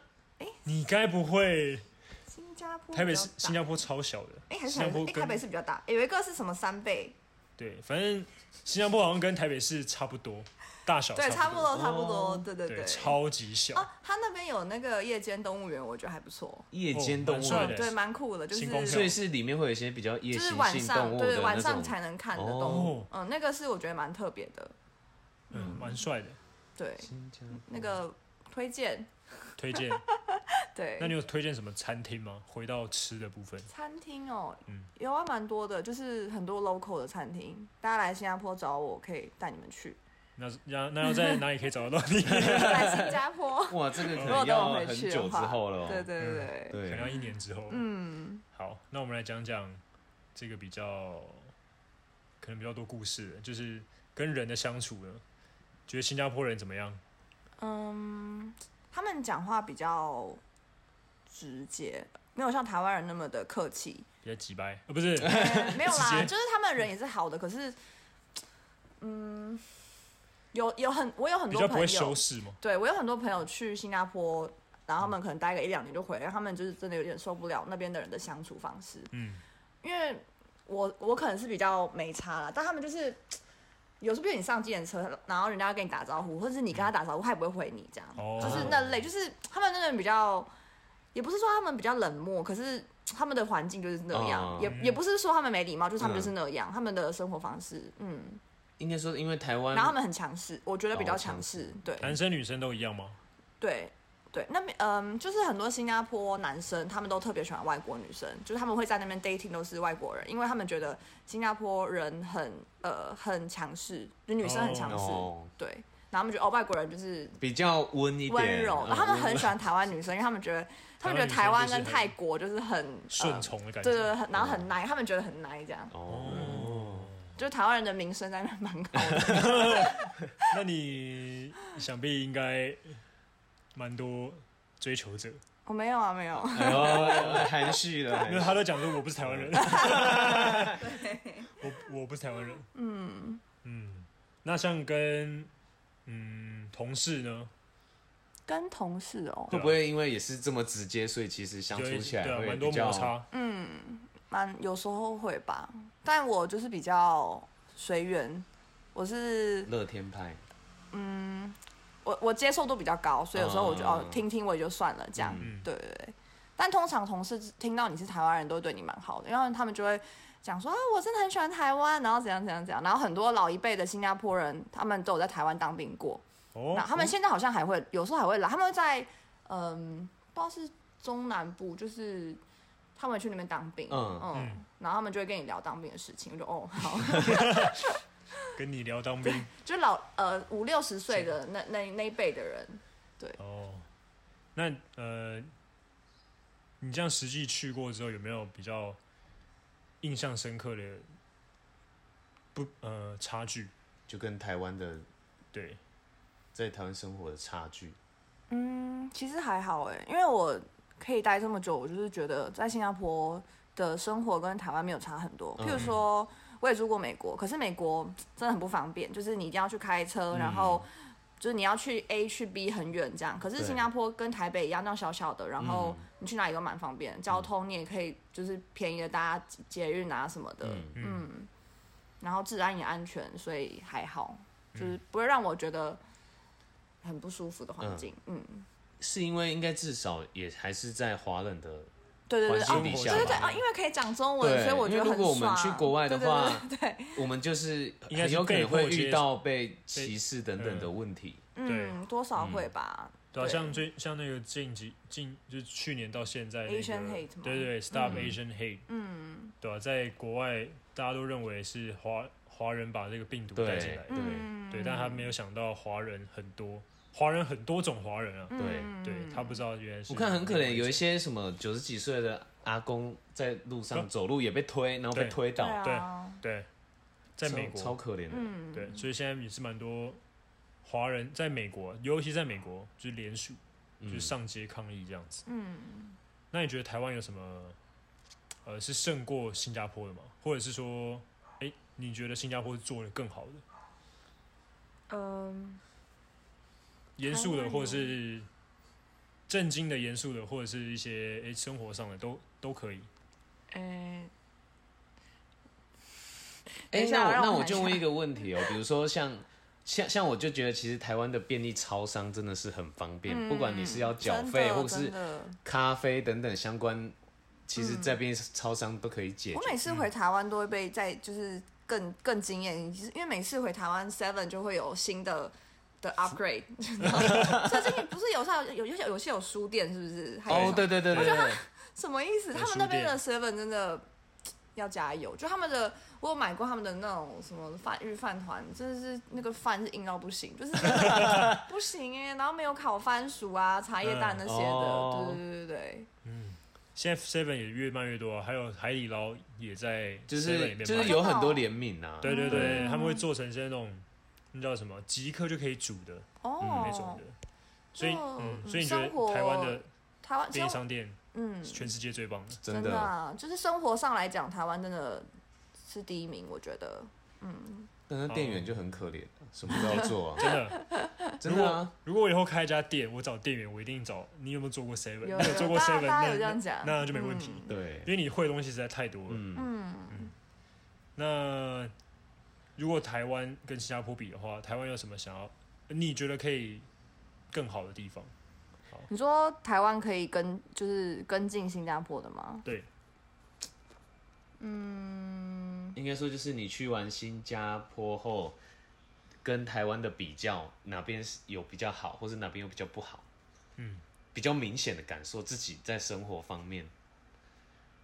Speaker 1: 你该不会
Speaker 3: 新加坡
Speaker 1: 台北
Speaker 3: 是
Speaker 1: 市新加坡超小的
Speaker 3: 哎、？还
Speaker 1: 新
Speaker 3: 是
Speaker 1: 加
Speaker 3: 台
Speaker 1: 坡
Speaker 3: 北哎、台北
Speaker 1: 跟
Speaker 3: 市比较大，有一个是什么三倍，
Speaker 1: 对，反正新加坡好像跟台北市差不多，大小
Speaker 3: 对，差不多差不多，
Speaker 2: 哦
Speaker 3: 对对
Speaker 1: 对，
Speaker 3: 对。
Speaker 1: 超级小。
Speaker 3: 啊，他那边有那个夜间动物园，我觉得还不错，
Speaker 2: 夜间动物
Speaker 1: 哦蛮帅
Speaker 3: 嗯，
Speaker 1: 的
Speaker 2: 园，
Speaker 3: 对，蛮酷的，就是
Speaker 1: 星光
Speaker 2: 所
Speaker 1: 票
Speaker 2: 以是里面会有一些比较夜
Speaker 3: 就是
Speaker 2: 行
Speaker 3: 晚
Speaker 2: 性动
Speaker 3: 上
Speaker 2: 物
Speaker 3: 对
Speaker 2: 的
Speaker 3: 晚
Speaker 2: 那
Speaker 3: 上
Speaker 2: 种，
Speaker 3: 才能看的动
Speaker 1: 哦
Speaker 3: 物，嗯，那个是我觉得蛮特别的，
Speaker 1: 嗯，蛮帅的，
Speaker 3: 对，
Speaker 2: 新加坡
Speaker 3: 那个推荐，
Speaker 1: 推 荐。
Speaker 3: 对
Speaker 1: 哦那。你有推荐什么餐厅吗？回到吃的部分，
Speaker 3: 餐厅哦，
Speaker 1: 嗯
Speaker 3: 有啊，蛮多的，就是很多 local 的餐厅，大家来新加坡找我，可以带你们 去。
Speaker 1: 那那那要在哪里可以找得到你？
Speaker 3: 来新加坡，
Speaker 2: 哇，这个可
Speaker 3: 如果
Speaker 2: 能
Speaker 3: 等
Speaker 2: 要
Speaker 3: 我
Speaker 2: 很
Speaker 3: 回去
Speaker 2: 久
Speaker 3: 的
Speaker 2: 之
Speaker 3: 话，
Speaker 2: 后了哦，
Speaker 3: 对对对对，
Speaker 1: 可能要
Speaker 2: 对，
Speaker 1: 一年之后。
Speaker 3: 嗯，
Speaker 1: 好，那我们来讲讲这个比较可能比较多故事的，就是跟人的相处呢。觉得新加坡人怎么样？
Speaker 3: 嗯，他们讲话比较直接，没有像台湾人那么的客 气。
Speaker 1: 比较急掰？呃，不 是，
Speaker 3: 呃没有
Speaker 1: 直
Speaker 3: 啦，
Speaker 1: 接
Speaker 3: 就是他们人也是好的，可是，嗯，有有很我有很
Speaker 1: 比
Speaker 3: 多
Speaker 1: 较不
Speaker 3: 朋
Speaker 1: 会收
Speaker 3: 友，
Speaker 1: 拾嘛。
Speaker 3: 对我有很多朋友去新加坡，然后他们可能待个一两年就回来，他们就是真的有点受不了那边的人的相处方式。
Speaker 1: 嗯，
Speaker 3: 因为我我可能是比较没差啦，但他们就是嘖有时候比如你上计程车，然后人家要跟你打招呼，或者是你跟他打招呼，他也不会回你，这样、
Speaker 1: 哦
Speaker 3: 就是那类，就是嘖他们那种比较，也不是说他们比较冷漠，可是嘖他们的环境就是那样，
Speaker 2: 哦
Speaker 3: 也也不是说他们没礼貌，就是他
Speaker 2: 嗯
Speaker 3: 们就是那样，他们的生活方式，嗯，
Speaker 2: 应该说因为台湾
Speaker 3: 然后他们很强势，我觉得比
Speaker 2: 嗯
Speaker 3: 较
Speaker 2: 哦
Speaker 3: 强
Speaker 2: 强势
Speaker 3: 势，对
Speaker 1: 男生女生都一样吗？
Speaker 3: 对。对，那边嗯，就是很多新加坡男生，他们都特别喜欢外国女生，就是他们会在那边 dating 都是外国人，因为他们觉得新加坡人很呃很强势，就女生很强势
Speaker 2: 哦
Speaker 3: 对，然后他们觉得哦外国人就是
Speaker 2: 比较温一点，
Speaker 3: 温柔，然后他们
Speaker 2: 嗯
Speaker 3: 很喜欢台湾女生，因为他们觉得他们觉得台
Speaker 1: 台湾
Speaker 3: 湾
Speaker 1: 女生
Speaker 3: 跟
Speaker 1: 就是很
Speaker 3: 泰国就是很
Speaker 1: 顺、从嗯的感觉。
Speaker 3: 呃，对对对，很然后很 nice，他们觉得很 nice 这样，
Speaker 2: 哦，
Speaker 3: 就是台湾人的名声在那边蛮 高的，
Speaker 1: 那你想必应该蛮多追求者，
Speaker 3: 我没有啊没有，
Speaker 2: 哎呦哎呦 含蓄了，含
Speaker 1: 因
Speaker 2: 蓄
Speaker 1: 为啊他都讲说我不是台湾 人，我我不是台湾人。嗯嗯，那像跟嗯同事呢，
Speaker 3: 跟同事哦，
Speaker 2: 会不会因为也是这么直接，所以其实相
Speaker 1: 有
Speaker 2: 处
Speaker 1: 一
Speaker 2: 起
Speaker 1: 对啊
Speaker 2: 来会
Speaker 1: 蛮多
Speaker 2: 比较
Speaker 1: 摩擦。
Speaker 3: 嗯蛮有时候会吧，但我就是比较随缘，我是
Speaker 2: 乐天派？
Speaker 3: 我我接受度比较高，所以有时候我就、
Speaker 2: 嗯
Speaker 3: 哦听听我也就算了这样，
Speaker 1: 嗯
Speaker 3: 对对对。但通常同事听到你是台湾人都会对你蛮好的，因为他们就会讲说啊，我真的很喜欢台湾，然后怎样怎样怎样，然后很多老一辈的新加坡人，他们都有在台湾当兵过，
Speaker 1: 哦
Speaker 3: 那，他们现在好像还会，有时候还会来，他们会在嗯，不知道是中南部，就是他们去那边当兵，
Speaker 2: 嗯
Speaker 1: 嗯
Speaker 3: 然后他们就会跟你聊当兵的事情，我就哦好，
Speaker 1: 哦跟你聊当兵
Speaker 3: 就老呃五六十岁的那那那一辈的人，
Speaker 1: 哦。那呃，你这样实际去过之后，有没有比较印象深刻的不呃差距？
Speaker 2: 就跟台湾的
Speaker 1: 对，
Speaker 2: 在台湾生活的差距。
Speaker 3: 嗯，其实还好哎，因为我可以待这么久，我就是觉得在新加坡的生活跟台湾没有差很多。
Speaker 2: 嗯
Speaker 3: 譬如说，我也住过美国，可是美国真的很不方便，就是你一定要去开车，然后就是你要去 A 去 B 很远这样。可
Speaker 2: 嗯
Speaker 3: 是
Speaker 2: 对嗯
Speaker 3: 新加坡跟台北一样，那样小小的，然后你去哪里都蛮方便，交通你也可以就是便宜的搭捷运啊什么的，
Speaker 1: 嗯
Speaker 3: 嗯，然后治安也安全，所以还好，就是不会让我觉得很不舒服的环
Speaker 2: 嗯
Speaker 3: 境，嗯
Speaker 2: 是因为应该至少也还是在华人的
Speaker 3: 对对
Speaker 2: 环
Speaker 3: 对，哦，
Speaker 2: 境
Speaker 3: 对
Speaker 2: 底
Speaker 1: 对
Speaker 2: 下吧，
Speaker 3: 对对啊，因为可以讲中文，
Speaker 2: 对
Speaker 3: 所以我觉
Speaker 2: 因
Speaker 3: 得
Speaker 2: 为
Speaker 3: 很
Speaker 2: 如果我们
Speaker 3: 爽啊
Speaker 2: 去国外的
Speaker 3: 对对
Speaker 2: 话
Speaker 3: 对对对
Speaker 2: 我们就是
Speaker 1: 应该
Speaker 2: 很
Speaker 1: 是
Speaker 2: 有可能会
Speaker 1: 被迫接
Speaker 2: 遇到被歧视等等的问题。
Speaker 1: 对
Speaker 3: 嗯，多少会吧。
Speaker 1: 对啊，像最像那个近几近就是去年到现在那个
Speaker 3: Asian hate 吗
Speaker 1: 对对，Stop Asian Hate，嗯，对啊，在国外大家都认为是华华人把这个病毒带
Speaker 2: 对
Speaker 1: 进来，
Speaker 2: 对
Speaker 3: 嗯
Speaker 1: 对，但他没有想到华人很多，华人很多种华人啊，
Speaker 2: 对，
Speaker 3: 嗯
Speaker 1: 对他不知道原来是
Speaker 2: 我看很可怜，有一
Speaker 1: 些
Speaker 2: 些什么九十几岁的阿公在路上走路也被推，然后被
Speaker 1: 啊对
Speaker 2: 推倒，
Speaker 3: 对啊，
Speaker 1: 对，在美
Speaker 2: 超超
Speaker 1: 国
Speaker 2: 可怜的。
Speaker 3: 嗯，
Speaker 1: 对，所以现在也是蛮多华人在美国，尤其在美国就是联署，
Speaker 2: 嗯
Speaker 1: 就是上街抗议这样子。
Speaker 3: 嗯，
Speaker 1: 那你觉得台湾有什么呃是胜过新加坡的吗？或者是说，哎、你觉得新加坡是做的更好的？
Speaker 3: 嗯，
Speaker 1: 严肃
Speaker 3: 台湾
Speaker 1: 的，
Speaker 3: 有
Speaker 1: 或者是震惊的、严肃的，或者是一些哎、诶生活上的都都可以。
Speaker 3: 诶，等
Speaker 2: 哎
Speaker 3: 一，下
Speaker 2: 那我
Speaker 3: 让我
Speaker 2: 那
Speaker 3: 想
Speaker 2: 我就问
Speaker 3: 一下
Speaker 2: 一个问题哦，比如说像像像我就觉得其实台湾的便利超商真的是很方便，不管你是要缴
Speaker 3: 嗯真的
Speaker 2: 费或
Speaker 3: 真
Speaker 2: 是
Speaker 3: 的
Speaker 2: 咖啡等等相关，其实在便利超商都可以解
Speaker 3: 我
Speaker 2: 决。嗯
Speaker 3: 每次回台湾都会被在就是更更惊艳，就是因为每次回台湾 Seven 就会有新的。的 upgrade，然后 最近不是有上有有些有些有书店是不是？还有什
Speaker 2: 哦
Speaker 3: 么，
Speaker 2: 对对对对对，
Speaker 3: 什么意思？
Speaker 1: 有
Speaker 3: 他们
Speaker 1: 书
Speaker 3: 那边
Speaker 1: 店
Speaker 3: 的 seven 真的要加油，就他们的，我有买过他们的那种什么饭日饭团，真的是那个饭是硬到不行，就是真的 不行哎、然后没有烤番薯啊、茶叶蛋那些
Speaker 1: 嗯
Speaker 3: 的，
Speaker 2: 哦
Speaker 3: 对对对对
Speaker 1: 现在 Seven 也越卖越多、啊，还有海底捞也在 7-Eleven
Speaker 2: 就
Speaker 1: 里面
Speaker 2: 是
Speaker 1: 卖
Speaker 2: 就是有很多联名啊，
Speaker 1: 对对
Speaker 3: 嗯
Speaker 1: 对，他们会做成一些那种那叫什么即刻就可以煮的、嗯
Speaker 3: 对，哦，
Speaker 1: 那种的。所以，
Speaker 3: 哦
Speaker 1: 嗯，
Speaker 3: 嗯
Speaker 1: 所以你觉得
Speaker 3: 生活
Speaker 1: 台湾的
Speaker 3: 台湾
Speaker 1: 便利
Speaker 3: 生
Speaker 1: 商店
Speaker 3: 嗯，
Speaker 1: 是全世界最棒的？
Speaker 2: 真
Speaker 3: 的
Speaker 2: 的。
Speaker 3: 啊，就是生活上来讲，台湾真的是第一名，我觉得，嗯，
Speaker 2: 但是店员就很可怜，什么都要做啊，
Speaker 1: 真的，
Speaker 2: 真的啊。
Speaker 1: 如果我以后开一家店，我找店员，我一定找你有没有做过 Seven？你
Speaker 3: 有
Speaker 1: 做过
Speaker 3: 大家
Speaker 1: Seven，
Speaker 3: 大家
Speaker 1: 那
Speaker 3: 有这样
Speaker 1: 那
Speaker 3: 讲，啊嗯
Speaker 1: 那就没问题，
Speaker 2: 对
Speaker 1: 因，为你会的东西实在太多了。
Speaker 2: 嗯，
Speaker 1: 那如果台湾跟新加坡比的话，台湾有什么想要你觉得可以更好的地方？
Speaker 3: 嗯你说台湾可以跟就是跟进新加坡的吗？
Speaker 1: 对，
Speaker 2: 应该说就是你去完新加坡后，跟台湾的比较，哪边是有比较好，或者哪边有比较不好，
Speaker 1: 嗯，
Speaker 2: 比较明显的感受自己在生活方面，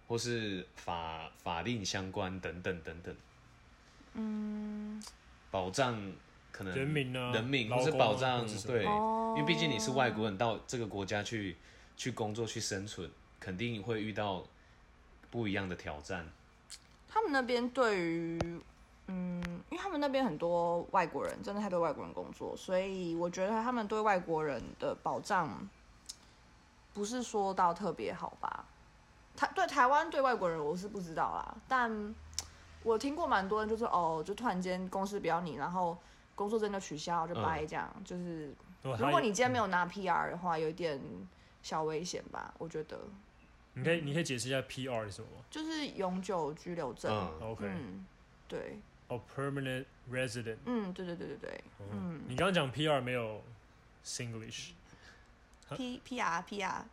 Speaker 2: 或是法法令相关等等等等，嗯，保障可能
Speaker 1: 人民啊
Speaker 2: 人民
Speaker 1: 劳
Speaker 2: 或是
Speaker 1: 工啊
Speaker 2: 保障
Speaker 1: 或是什么
Speaker 2: 对，
Speaker 3: 哦
Speaker 2: 因为毕竟你是外国人到这个国家去去工作去生存，肯定会遇到不一样的挑战。
Speaker 3: 他们那边对于，嗯，因为他们那边很多外国人，真的太多外国人工作，所以我觉得他们对外国人的保障，不是说到特别好吧。台对台湾对外国人我是不知道啦，但我听过蛮多人就是哦，就突然间公司不要你，然后工作证就取消，就
Speaker 2: 嗯
Speaker 3: 掰这样，就是
Speaker 1: 如
Speaker 3: 如果你今天没有拿 PR 的话，有一点小危险吧，我觉得
Speaker 1: 你可以你可以解释一下 PR 是什么吗
Speaker 3: 就是永久居留证，
Speaker 2: 嗯，
Speaker 1: ？OK，
Speaker 3: 嗯，对。
Speaker 1: 哦，permanent resident。
Speaker 3: 嗯，对对对对对，
Speaker 1: 嗯，你刚刚讲 PR 没有 Singlish，
Speaker 2: 啊
Speaker 3: P P R P R。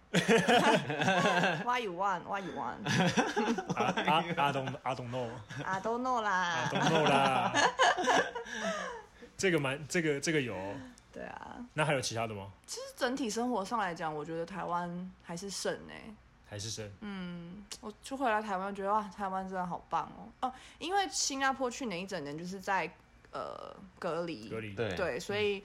Speaker 3: Why you want? Why you want?
Speaker 1: 阿阿阿东阿东 no
Speaker 3: I don't know
Speaker 1: 阿
Speaker 2: 啊
Speaker 3: 啦。
Speaker 1: 东 no 啦， 这个蛮这个这个有哦，
Speaker 3: 对啊，
Speaker 1: 那还有其他的吗？
Speaker 3: 其实整体生活上来讲，我觉得台湾还是省呢、
Speaker 1: 还是生
Speaker 3: 嗯我就回来台湾，觉得哇，台湾真的好棒哦！哦，因为新加坡去年一整年就是在呃隔离，
Speaker 1: 隔离？
Speaker 2: 对
Speaker 3: 对，所以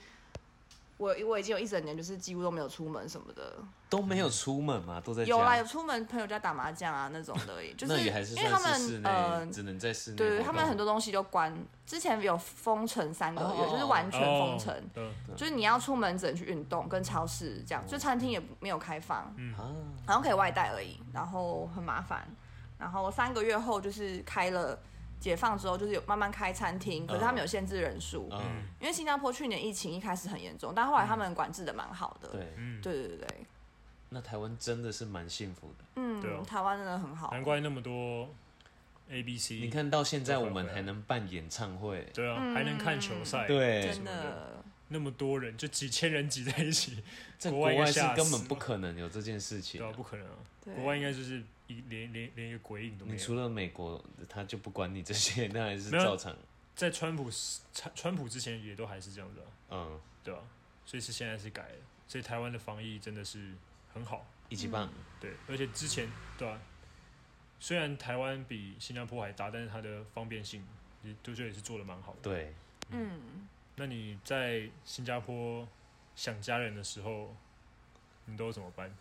Speaker 3: 我我已经有一整年就是几乎都没有出门什么的，
Speaker 2: 都没有出门嘛，都在家。
Speaker 3: 有啦，有出门朋友家打麻将啊那种 的而已，就
Speaker 2: 那
Speaker 3: 是
Speaker 2: 也还是
Speaker 3: 因为他
Speaker 2: 算是室
Speaker 3: 们
Speaker 2: 内，
Speaker 3: 呃。
Speaker 2: 只能在室内活
Speaker 3: 对
Speaker 2: 动。
Speaker 3: 对，他们很多东西就关，之前有封城三个
Speaker 2: 哦
Speaker 3: 月，就是完全封城，
Speaker 1: 哦嗯
Speaker 3: 就是你要出门只能去运动，跟超市这样，就餐厅也没有开放，
Speaker 1: 嗯
Speaker 2: 啊，
Speaker 3: 好像可以外带而已，然后很麻烦。然后三个月后就是开了解放之后，就是有慢慢开餐厅，可是他们有限制人数，
Speaker 2: 嗯，
Speaker 3: 因为新加坡去年疫情一开始很严重，但后来他们管制的蛮好的。
Speaker 2: 对，
Speaker 1: 嗯
Speaker 3: 对对对对
Speaker 2: 那台湾真的是蛮幸福的。
Speaker 3: 嗯，
Speaker 1: 对啊
Speaker 3: 台湾真的很好。
Speaker 1: 难怪那么多 A B C，
Speaker 2: 你看到现在我们还能办演唱会，
Speaker 1: 对啊，
Speaker 3: 嗯
Speaker 1: 还能看球赛，，
Speaker 2: 对，
Speaker 3: 真的，
Speaker 1: 那么多人就几千人挤在一起，
Speaker 2: 在
Speaker 1: 国
Speaker 2: 国
Speaker 1: 外
Speaker 2: 外
Speaker 1: 也
Speaker 2: 是
Speaker 1: 吓
Speaker 2: 根本
Speaker 1: 死
Speaker 2: 不
Speaker 1: 了
Speaker 2: 可能有这件事情
Speaker 1: 对啊，
Speaker 2: 啊。
Speaker 1: 不可能啊，
Speaker 3: 对
Speaker 1: 国外应该就是一连连连一个鬼影都没
Speaker 2: 你除
Speaker 1: 有。
Speaker 2: 了美国，他就不管你这些，那还是
Speaker 1: 没有
Speaker 2: 照常。
Speaker 1: 在川普时川川普之前也都还是这样子啊，
Speaker 2: 嗯，
Speaker 1: 对啊，所以是现在是改了，所以台湾的防疫真的是很好，
Speaker 2: 一起办。
Speaker 3: 嗯
Speaker 1: 对，而且之前对啊，虽然台湾比新加坡还大，但是它的方便性也都觉得也是做的蛮好的。
Speaker 2: 对，
Speaker 3: 嗯，
Speaker 1: 那你在新加坡想家人的时候，你都怎么办？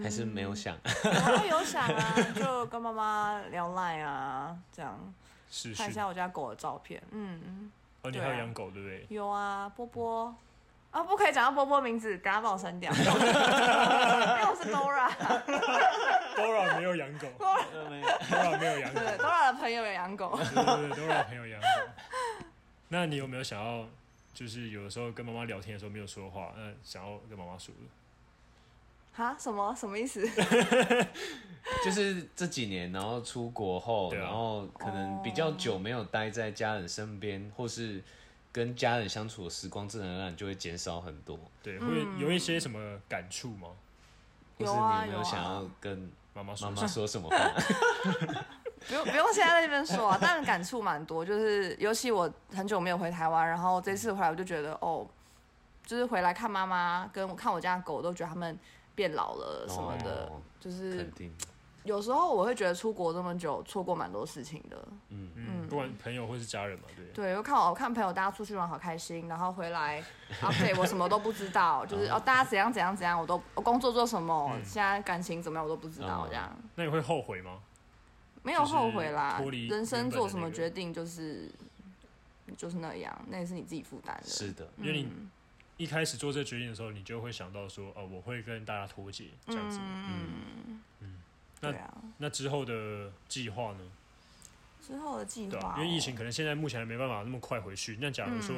Speaker 2: 还是没有想。
Speaker 3: 然后有想啊，就跟妈妈聊赖啊，这样
Speaker 1: 是
Speaker 3: 看一
Speaker 1: 是
Speaker 3: 下，我家狗的照片。嗯，
Speaker 1: 哦，你
Speaker 3: 对啊
Speaker 1: 还有养狗对不对？
Speaker 3: 有啊，波波。啊，不可以讲到波波名字，等下把我删 掉。因为我是 Dora。
Speaker 1: Dora 没有养 狗嗯，Dora 没有养狗，
Speaker 3: 对，Dora 的朋友有养狗。
Speaker 1: 对对对，Dora 朋友养狗。那你有没有想要，就是有的时候跟妈妈聊天的时候没有说话，那想要跟妈妈说的？
Speaker 3: 哈？什么？什么意思？
Speaker 2: 就是这几年，然后出国后，
Speaker 1: 对啊
Speaker 2: 然后可能比较久没有待在家人身边，或是跟家人相处的时光，自然而然就会减少很多。
Speaker 1: 对，会有一
Speaker 3: 嗯
Speaker 1: 些什么感触吗？
Speaker 2: 或
Speaker 3: 有
Speaker 2: 是
Speaker 3: 啊
Speaker 2: 你有没
Speaker 3: 有啊
Speaker 2: 有想要跟
Speaker 1: 妈妈说
Speaker 2: 妈
Speaker 1: 的
Speaker 2: 妈说什么话？
Speaker 3: 不用不用，现在在那边说啊，但感触蛮多，就是尤其我很久没有回台湾，然后这次回来我就觉得哦，就是回来看妈妈跟我看我家的狗，都觉得它们变老了什么的，嗯
Speaker 2: 哦
Speaker 3: 就是
Speaker 2: 肯定
Speaker 3: 有时候我会觉得出国这么久，错过蛮多事情的。
Speaker 1: 嗯，不管朋友或是家人嘛，对。
Speaker 3: 对，我看我看朋友大家出去玩好开心，然后 回来 update 我什么都不知道，就是
Speaker 1: 嗯
Speaker 3: 哦大家怎样怎样怎样，我都我工作做什么，现在感情怎么样我都不知道
Speaker 2: 哦
Speaker 3: 这样。
Speaker 1: 那你会后悔吗？
Speaker 3: 没有后悔
Speaker 1: 嗯
Speaker 3: 啦
Speaker 1: 就是脱离，
Speaker 3: 人生做什么
Speaker 1: 原本的那个
Speaker 3: 决定就是就是那样，那也是你自己负担的。嗯
Speaker 2: 是的，
Speaker 1: 因为你一开始做这决定的时候，你就会想到说，哦，我会跟大家脱节这样子。
Speaker 3: 嗯
Speaker 1: 那
Speaker 3: 对啊。
Speaker 1: 那之后的计划呢？
Speaker 3: 之后的计
Speaker 1: 对、
Speaker 3: 划
Speaker 1: 啊，
Speaker 3: 哦，嗯
Speaker 1: 因为疫情可能现在目前还没办法那么快回去。那假如说，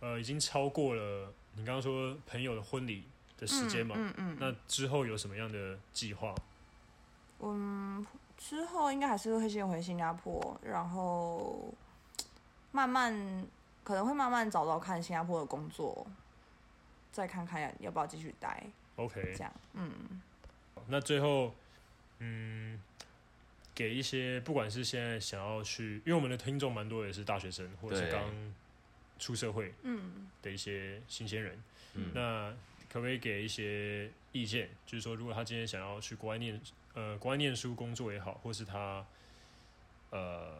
Speaker 1: 呃，已经超过了你刚刚说朋友的婚礼的时间嘛，
Speaker 3: 嗯嗯，
Speaker 1: 那之后有什么样的计划？
Speaker 3: 之后应该还是会先回新加坡，然后慢慢可能会慢慢找找看新加坡的工作，再看看要不要继续待
Speaker 1: OK，
Speaker 3: 这样。嗯，
Speaker 1: 那最后，嗯，给一些不管是现在想要去，因为我们的听众蛮多也是大学生或者是
Speaker 2: 对
Speaker 1: 刚出社会，嗯，的一些新鲜人，嗯，那可不可以给一些意见？就是说，如果他今天想要去国外念，呃，国外念书工作也好，或是他，呃，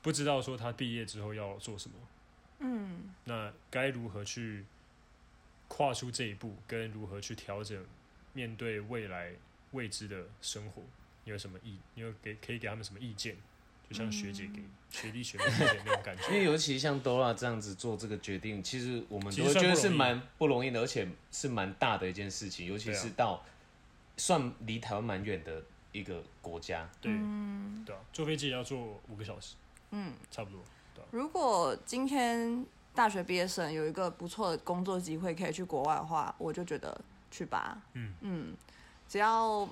Speaker 1: 不知道说他毕业之后要做什么，嗯，那该如何去跨出这一步，跟如何去调整？面对未来未知的生活，你有什么意？你有给可以给他们什么意见？就像学姐给、
Speaker 3: 嗯
Speaker 1: 学弟学妹意见那种 感
Speaker 2: 因为
Speaker 1: 觉。
Speaker 2: 尤其像 Dora 这样子做这个决定，其实我们
Speaker 1: 其
Speaker 2: 都
Speaker 1: 实
Speaker 2: 会觉
Speaker 1: 算
Speaker 2: 得
Speaker 1: 不
Speaker 2: 是
Speaker 1: 容易
Speaker 2: 蛮不容易的，而且是蛮大的一件事情，尤其
Speaker 1: 对啊
Speaker 2: 是到算离台湾蛮远的一个国家。
Speaker 1: 对，
Speaker 3: 嗯
Speaker 1: 对啊，坐飞机也要坐五个小时，嗯，差不多。
Speaker 3: 如果今天大学毕业生有一个不错的工作机会可以去国外的话，我就觉得去吧。
Speaker 1: 嗯
Speaker 3: 只要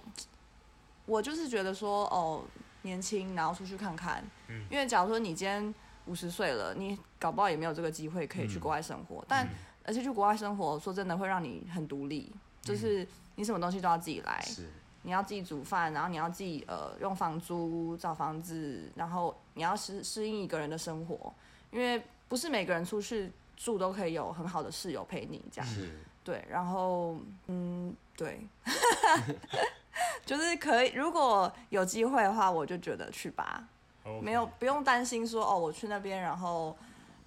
Speaker 3: 我就是觉得说，哦，年轻，然后出去看看。
Speaker 1: 嗯嗯
Speaker 3: 因为假如说你今天五十岁了，你搞不好也没有这个机会可以去国外生活。但而且去国外生活，说真的会让你很独立，
Speaker 1: 嗯
Speaker 3: 就是你什么东西都要自己来，
Speaker 2: 是
Speaker 3: 你要自己煮饭，然后你要自己呃用房租找房子，然后你要适适应一个人的生活，因为不是每个人出去住都可以有很好的室友陪你这样。
Speaker 2: 是，
Speaker 3: 对，然后嗯，对， 就是可以，如果有机会的话，我就觉得去吧，
Speaker 1: OK
Speaker 3: 没有不用担心说哦，我去那边，然后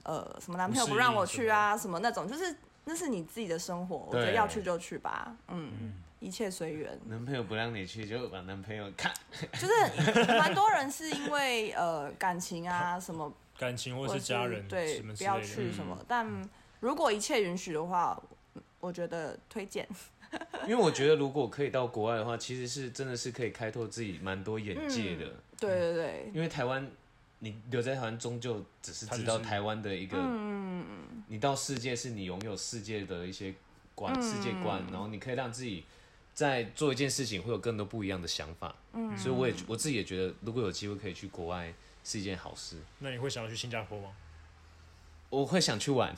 Speaker 3: 呃什么男朋友
Speaker 1: 不适
Speaker 3: 不让
Speaker 1: 应
Speaker 3: 我
Speaker 1: 什
Speaker 3: 去
Speaker 1: 么
Speaker 3: 啊，什么那种，就是那是你自己的生活，我觉得
Speaker 2: 对
Speaker 3: 要去就去吧，嗯，一切随缘。
Speaker 2: 男朋友不让你去，就把男朋友看，
Speaker 3: 就是蛮多人是因为呃感情啊什么，
Speaker 1: 感情或
Speaker 3: 或
Speaker 1: 是家人
Speaker 3: 对
Speaker 1: 什么
Speaker 3: 不
Speaker 1: 之
Speaker 3: 要
Speaker 1: 类的
Speaker 3: 去
Speaker 1: 嗯
Speaker 3: 什么，但如果一切允许的话，我觉得推荐。
Speaker 1: 嗯
Speaker 2: 因为我觉得如果可以到国外的话，其实是真的是可以开拓自己蛮多眼界的。
Speaker 3: 对对对，
Speaker 2: 因为台湾，你留在台湾终究只是知
Speaker 1: 它
Speaker 2: 道
Speaker 1: 就是
Speaker 2: 台湾的一个，你到世界是你拥有世界的一些观、世界观，然后你可以让自己在做一件事情会有更多不一样的想法。嗯，所以我也我自己也觉得，如果有机会可以去国外是一件好事。
Speaker 1: 那你会想要去新加坡吗？
Speaker 2: 我会想去玩，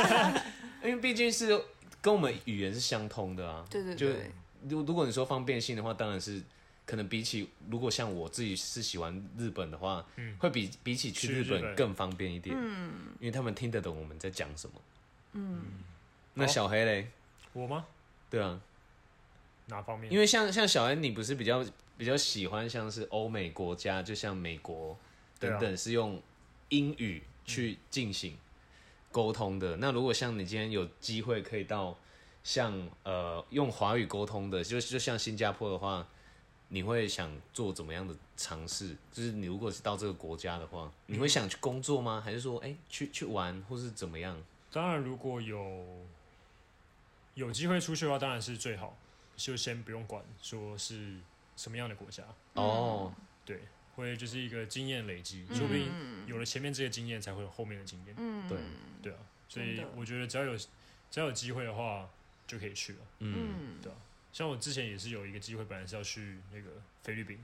Speaker 2: 因为毕竟是跟我们语言是相通的啊。
Speaker 3: 对对
Speaker 2: 就
Speaker 3: 对
Speaker 2: 如如果你说方便性的话，当然是可能比起如果像我自己是喜欢日本的话，会比比起去
Speaker 1: 嗯去
Speaker 2: 日
Speaker 1: 日
Speaker 2: 本
Speaker 1: 本
Speaker 2: 更方便一点，嗯，因为他们听得懂我们在讲什么。嗯，那小黑嘞？
Speaker 1: 我吗？
Speaker 2: 对啊，
Speaker 1: 哪方面？
Speaker 2: 因
Speaker 1: 为
Speaker 2: 为像像小黑，你不是比较比较喜欢像是欧美国家，就像美国
Speaker 1: 对啊
Speaker 2: 等等，是用英语去进行沟通的。那如果像你今天有机会可以到像呃用华语沟通的，就就像新加坡的话，你会想做怎么样的尝试？就是你如果是到这个国家的话，
Speaker 1: 嗯
Speaker 2: 你会想去工作吗？还是说哎、去去玩，或是怎么样？
Speaker 1: 当然，如果有有机会出去的话，当然是最好，就先不用管说是什么样的国家，
Speaker 2: 哦，
Speaker 1: 对，会就是一个经验累积，说不定有了前面这些经验，才会有后面的经验，
Speaker 3: 嗯
Speaker 2: 对，
Speaker 1: 对啊。所以
Speaker 3: 真的
Speaker 1: 我觉得只要有只要有机会的话，就可以去了。
Speaker 2: 嗯，
Speaker 3: 嗯
Speaker 1: 对啊，像我之前也是有一个机会，本来是要去那个菲律宾，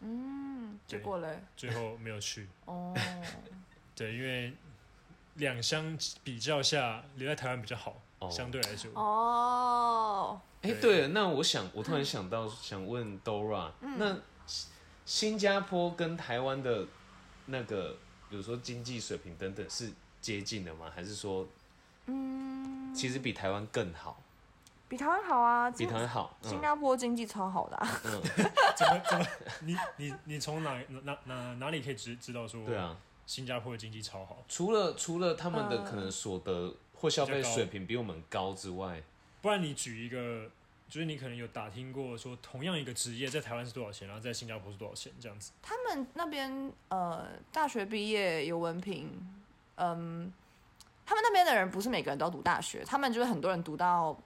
Speaker 3: 嗯，结
Speaker 1: 对
Speaker 3: 果嘞，
Speaker 1: 最后没有去。
Speaker 3: 哦，
Speaker 1: 对，因为两相比较下，留在台湾比较好，
Speaker 2: 哦
Speaker 1: 相对来说。
Speaker 3: 哦，
Speaker 2: 哎、
Speaker 1: 对
Speaker 2: 对了，那我想，我
Speaker 3: 嗯
Speaker 2: 突然想到，想问 Dora，、那新新加坡跟台湾的那个，比如说经济水平等等，是接近的吗？还是说，嗯，其实比台湾更好，
Speaker 3: 比台湾好啊，
Speaker 2: 比
Speaker 3: 新
Speaker 2: 台湾好？嗯
Speaker 3: 新加坡经济超好的、啊，
Speaker 1: 怎么怎么？你你你从哪哪哪哪里可以知知道说？
Speaker 2: 对，啊，
Speaker 1: 新加坡的经济超好，
Speaker 2: 除了除了他们
Speaker 3: 嗯
Speaker 2: 的可能所得或消费
Speaker 1: 比较高
Speaker 2: 水平比我们高之外，
Speaker 1: 不然你举一个，就是你可能有打听过说，同样一个职业在台湾是多少钱，然后在新加坡是多少钱这样子。
Speaker 3: 他们那边呃，大学毕业有文凭，嗯，他们那边的人不是每个人都读大学，他们就是很多人读到。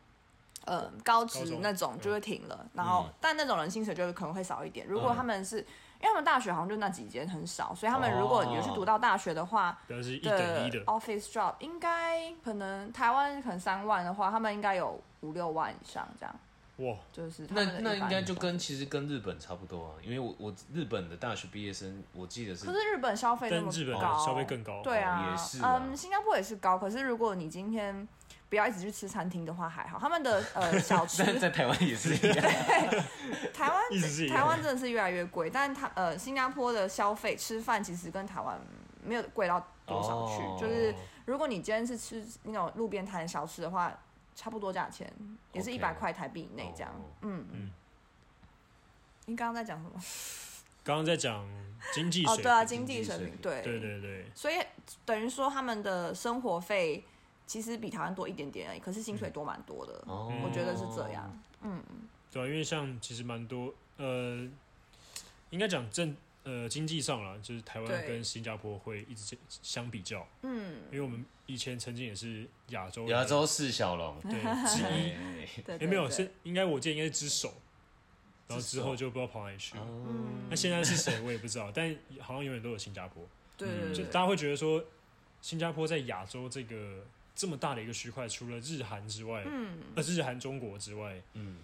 Speaker 3: 呃，高
Speaker 1: 高
Speaker 3: 职
Speaker 1: 中
Speaker 3: 那种
Speaker 1: 嗯
Speaker 3: 就会停了，然后、但那种人薪水就可能会少一点。如果他
Speaker 1: 嗯
Speaker 3: 们是、因为他们大学好像就那几间很少，所以他们如果有去读到大学的话，
Speaker 1: 表哦示一等
Speaker 3: 的
Speaker 1: 一的，
Speaker 3: office job 应该可能台湾可能三万的话，他们应该有五六万以上这样，
Speaker 1: 哇，
Speaker 3: 就是他
Speaker 2: 那
Speaker 3: 们的一
Speaker 2: 那
Speaker 3: 般
Speaker 2: 应该就跟其实跟日本差不多啊，因为我我日本的大学毕业生，我记得是
Speaker 3: 可是日本消费那
Speaker 1: 但
Speaker 3: 么
Speaker 1: 日本的
Speaker 3: 高，
Speaker 1: 消费更高。
Speaker 3: 对啊，
Speaker 2: 也是啊
Speaker 3: 嗯，新加坡也是高，可是如果你今天不要一直去吃餐厅的话还好，他们的呃小吃
Speaker 2: 但在台湾也是一样，
Speaker 3: 台湾
Speaker 1: 一直是一啊样
Speaker 3: 台湾真的是越来越贵，但它呃新加坡的消费吃饭其实跟台湾没有贵到多少去，
Speaker 2: 哦
Speaker 3: 就是如果你今天是吃那种路边摊的小吃的话，差不多价钱也是
Speaker 2: OK
Speaker 3: 一百块台币以内这样。
Speaker 2: 哦
Speaker 3: 嗯
Speaker 1: 嗯
Speaker 3: 你刚刚在讲什么？
Speaker 1: 刚刚在讲经济
Speaker 3: 哦，
Speaker 1: 水
Speaker 3: 对啊，
Speaker 1: 平，
Speaker 3: 经济
Speaker 2: 济
Speaker 3: 水
Speaker 2: 水
Speaker 3: 平
Speaker 2: 平
Speaker 3: 对
Speaker 1: 对对对，
Speaker 3: 所以等于说他们的生活费其实比台湾多一点点而已，可是薪
Speaker 1: 嗯
Speaker 3: 水多蛮多的，
Speaker 2: 哦
Speaker 3: 我觉得是这样。嗯，
Speaker 1: 对、啊，因为像其实蛮多呃，应该讲政呃经济上啦，就是台湾
Speaker 3: 对
Speaker 1: 跟新加坡会一直相比较，
Speaker 3: 嗯，
Speaker 1: 因为我们以前曾经也是亚洲
Speaker 2: 亚洲四小龙。
Speaker 1: 对
Speaker 3: 嗯
Speaker 1: 之一，
Speaker 3: 对对
Speaker 1: 也没有
Speaker 3: 对
Speaker 1: 是应该我记得应该是之首，然后
Speaker 2: 之
Speaker 1: 之后
Speaker 2: 首
Speaker 1: 就不知道跑哪里去了。
Speaker 3: 嗯
Speaker 1: 那现在是谁我也不知道，但好像永远都有新加坡。
Speaker 3: 对 对
Speaker 1: 嗯就
Speaker 3: 对
Speaker 1: 大家会觉得说，新加坡在亚洲这个这么大的一个区块，除了日韩之外，
Speaker 3: 嗯，
Speaker 1: 呃，日韩中国之外，
Speaker 2: 嗯，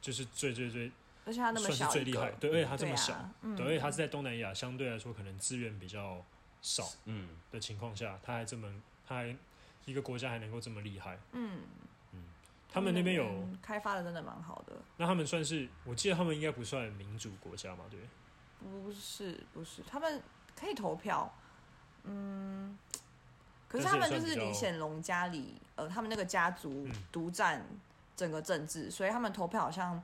Speaker 1: 就是最最最
Speaker 3: 而且他那么
Speaker 1: 算是
Speaker 3: 小
Speaker 1: 最
Speaker 3: 一
Speaker 1: 厉害
Speaker 3: 个，，
Speaker 1: 对，而且它这
Speaker 3: 对
Speaker 1: 么
Speaker 3: 啊
Speaker 1: 小，
Speaker 3: 嗯
Speaker 1: 对，而且它是在东南亚相对来说可能资源比较少
Speaker 2: 嗯，
Speaker 1: 的情况下，它还这么它还一个国家还能够这么厉害。
Speaker 3: 嗯，
Speaker 1: 他们那边有，
Speaker 3: 开发的真的蛮好的，
Speaker 1: 那他们算是，我记得他们应该不算民主国家嘛，对不对？
Speaker 3: 不是不是，他们可以投票，嗯，可是
Speaker 1: 但
Speaker 3: 他
Speaker 1: 是也
Speaker 3: 们就
Speaker 1: 算比
Speaker 3: 是
Speaker 1: 较
Speaker 3: 李显龙家里，呃，他们那个家族
Speaker 1: 嗯
Speaker 3: 独占整个政治，所以他们投票好像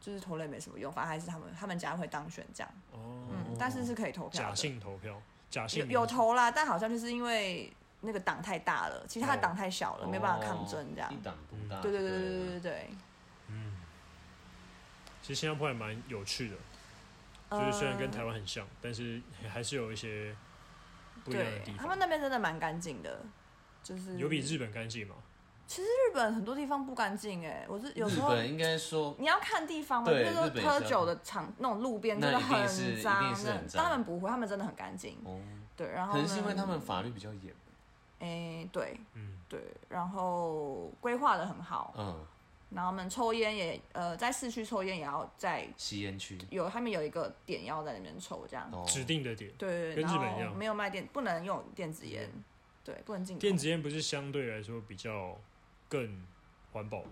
Speaker 3: 就是投了也没什么用，反正还是他们他们家会当选这样，
Speaker 1: 哦，
Speaker 3: 嗯，但是是可以投票
Speaker 1: 假
Speaker 3: 的，
Speaker 1: 性投票，假性
Speaker 3: 有
Speaker 1: 民
Speaker 3: 有
Speaker 1: 主
Speaker 3: 投啦，但好像就是因为那个党太大了，其实他的党太小了，没办法
Speaker 1: 哦
Speaker 3: 抗争这样
Speaker 2: 哦一，啊党独大。
Speaker 3: 对对对对对
Speaker 2: 对
Speaker 3: 对对，
Speaker 1: 嗯，其实新加坡还蛮有趣的，
Speaker 3: 哦
Speaker 1: 就是虽然跟台湾很像，但是还是有一些不一样的
Speaker 3: 对
Speaker 1: 地，
Speaker 3: 呃他们
Speaker 1: 方。
Speaker 3: 那边真的蛮干净的，就是
Speaker 1: 有比日本干净吗？
Speaker 3: 日本很多地方不干净哎，我是有时
Speaker 2: 日
Speaker 3: 候
Speaker 2: 本应该说
Speaker 3: 你要看地方嘛，就
Speaker 2: 对
Speaker 3: 是说
Speaker 2: 日本也是
Speaker 3: 喝
Speaker 2: 要
Speaker 3: 酒的场那种路边真的
Speaker 2: 那一定是
Speaker 3: 很
Speaker 2: 一
Speaker 3: 脏
Speaker 2: 定，是
Speaker 3: 那
Speaker 2: 很脏
Speaker 3: 但他们不会，他们真的很干净。
Speaker 2: 哦，
Speaker 3: 对，嗯然后
Speaker 2: 可能是因为
Speaker 3: 呢
Speaker 2: 他们法律比较严。
Speaker 3: 哎，对
Speaker 1: 嗯，
Speaker 3: 对，然后规划的很好，
Speaker 2: 嗯，
Speaker 3: 然后他们抽烟也呃在市区抽烟也要在
Speaker 2: 吸烟区
Speaker 3: 有他们有一个点要在那边抽这样。
Speaker 2: 哦，
Speaker 1: 嗯指定的点，
Speaker 3: 对对，
Speaker 1: 跟
Speaker 3: 然
Speaker 1: 日本
Speaker 3: 后
Speaker 1: 一样
Speaker 3: 没有卖电，不能用电子烟，对，不能进口
Speaker 1: 电子烟不是相对来说比较更环保吗？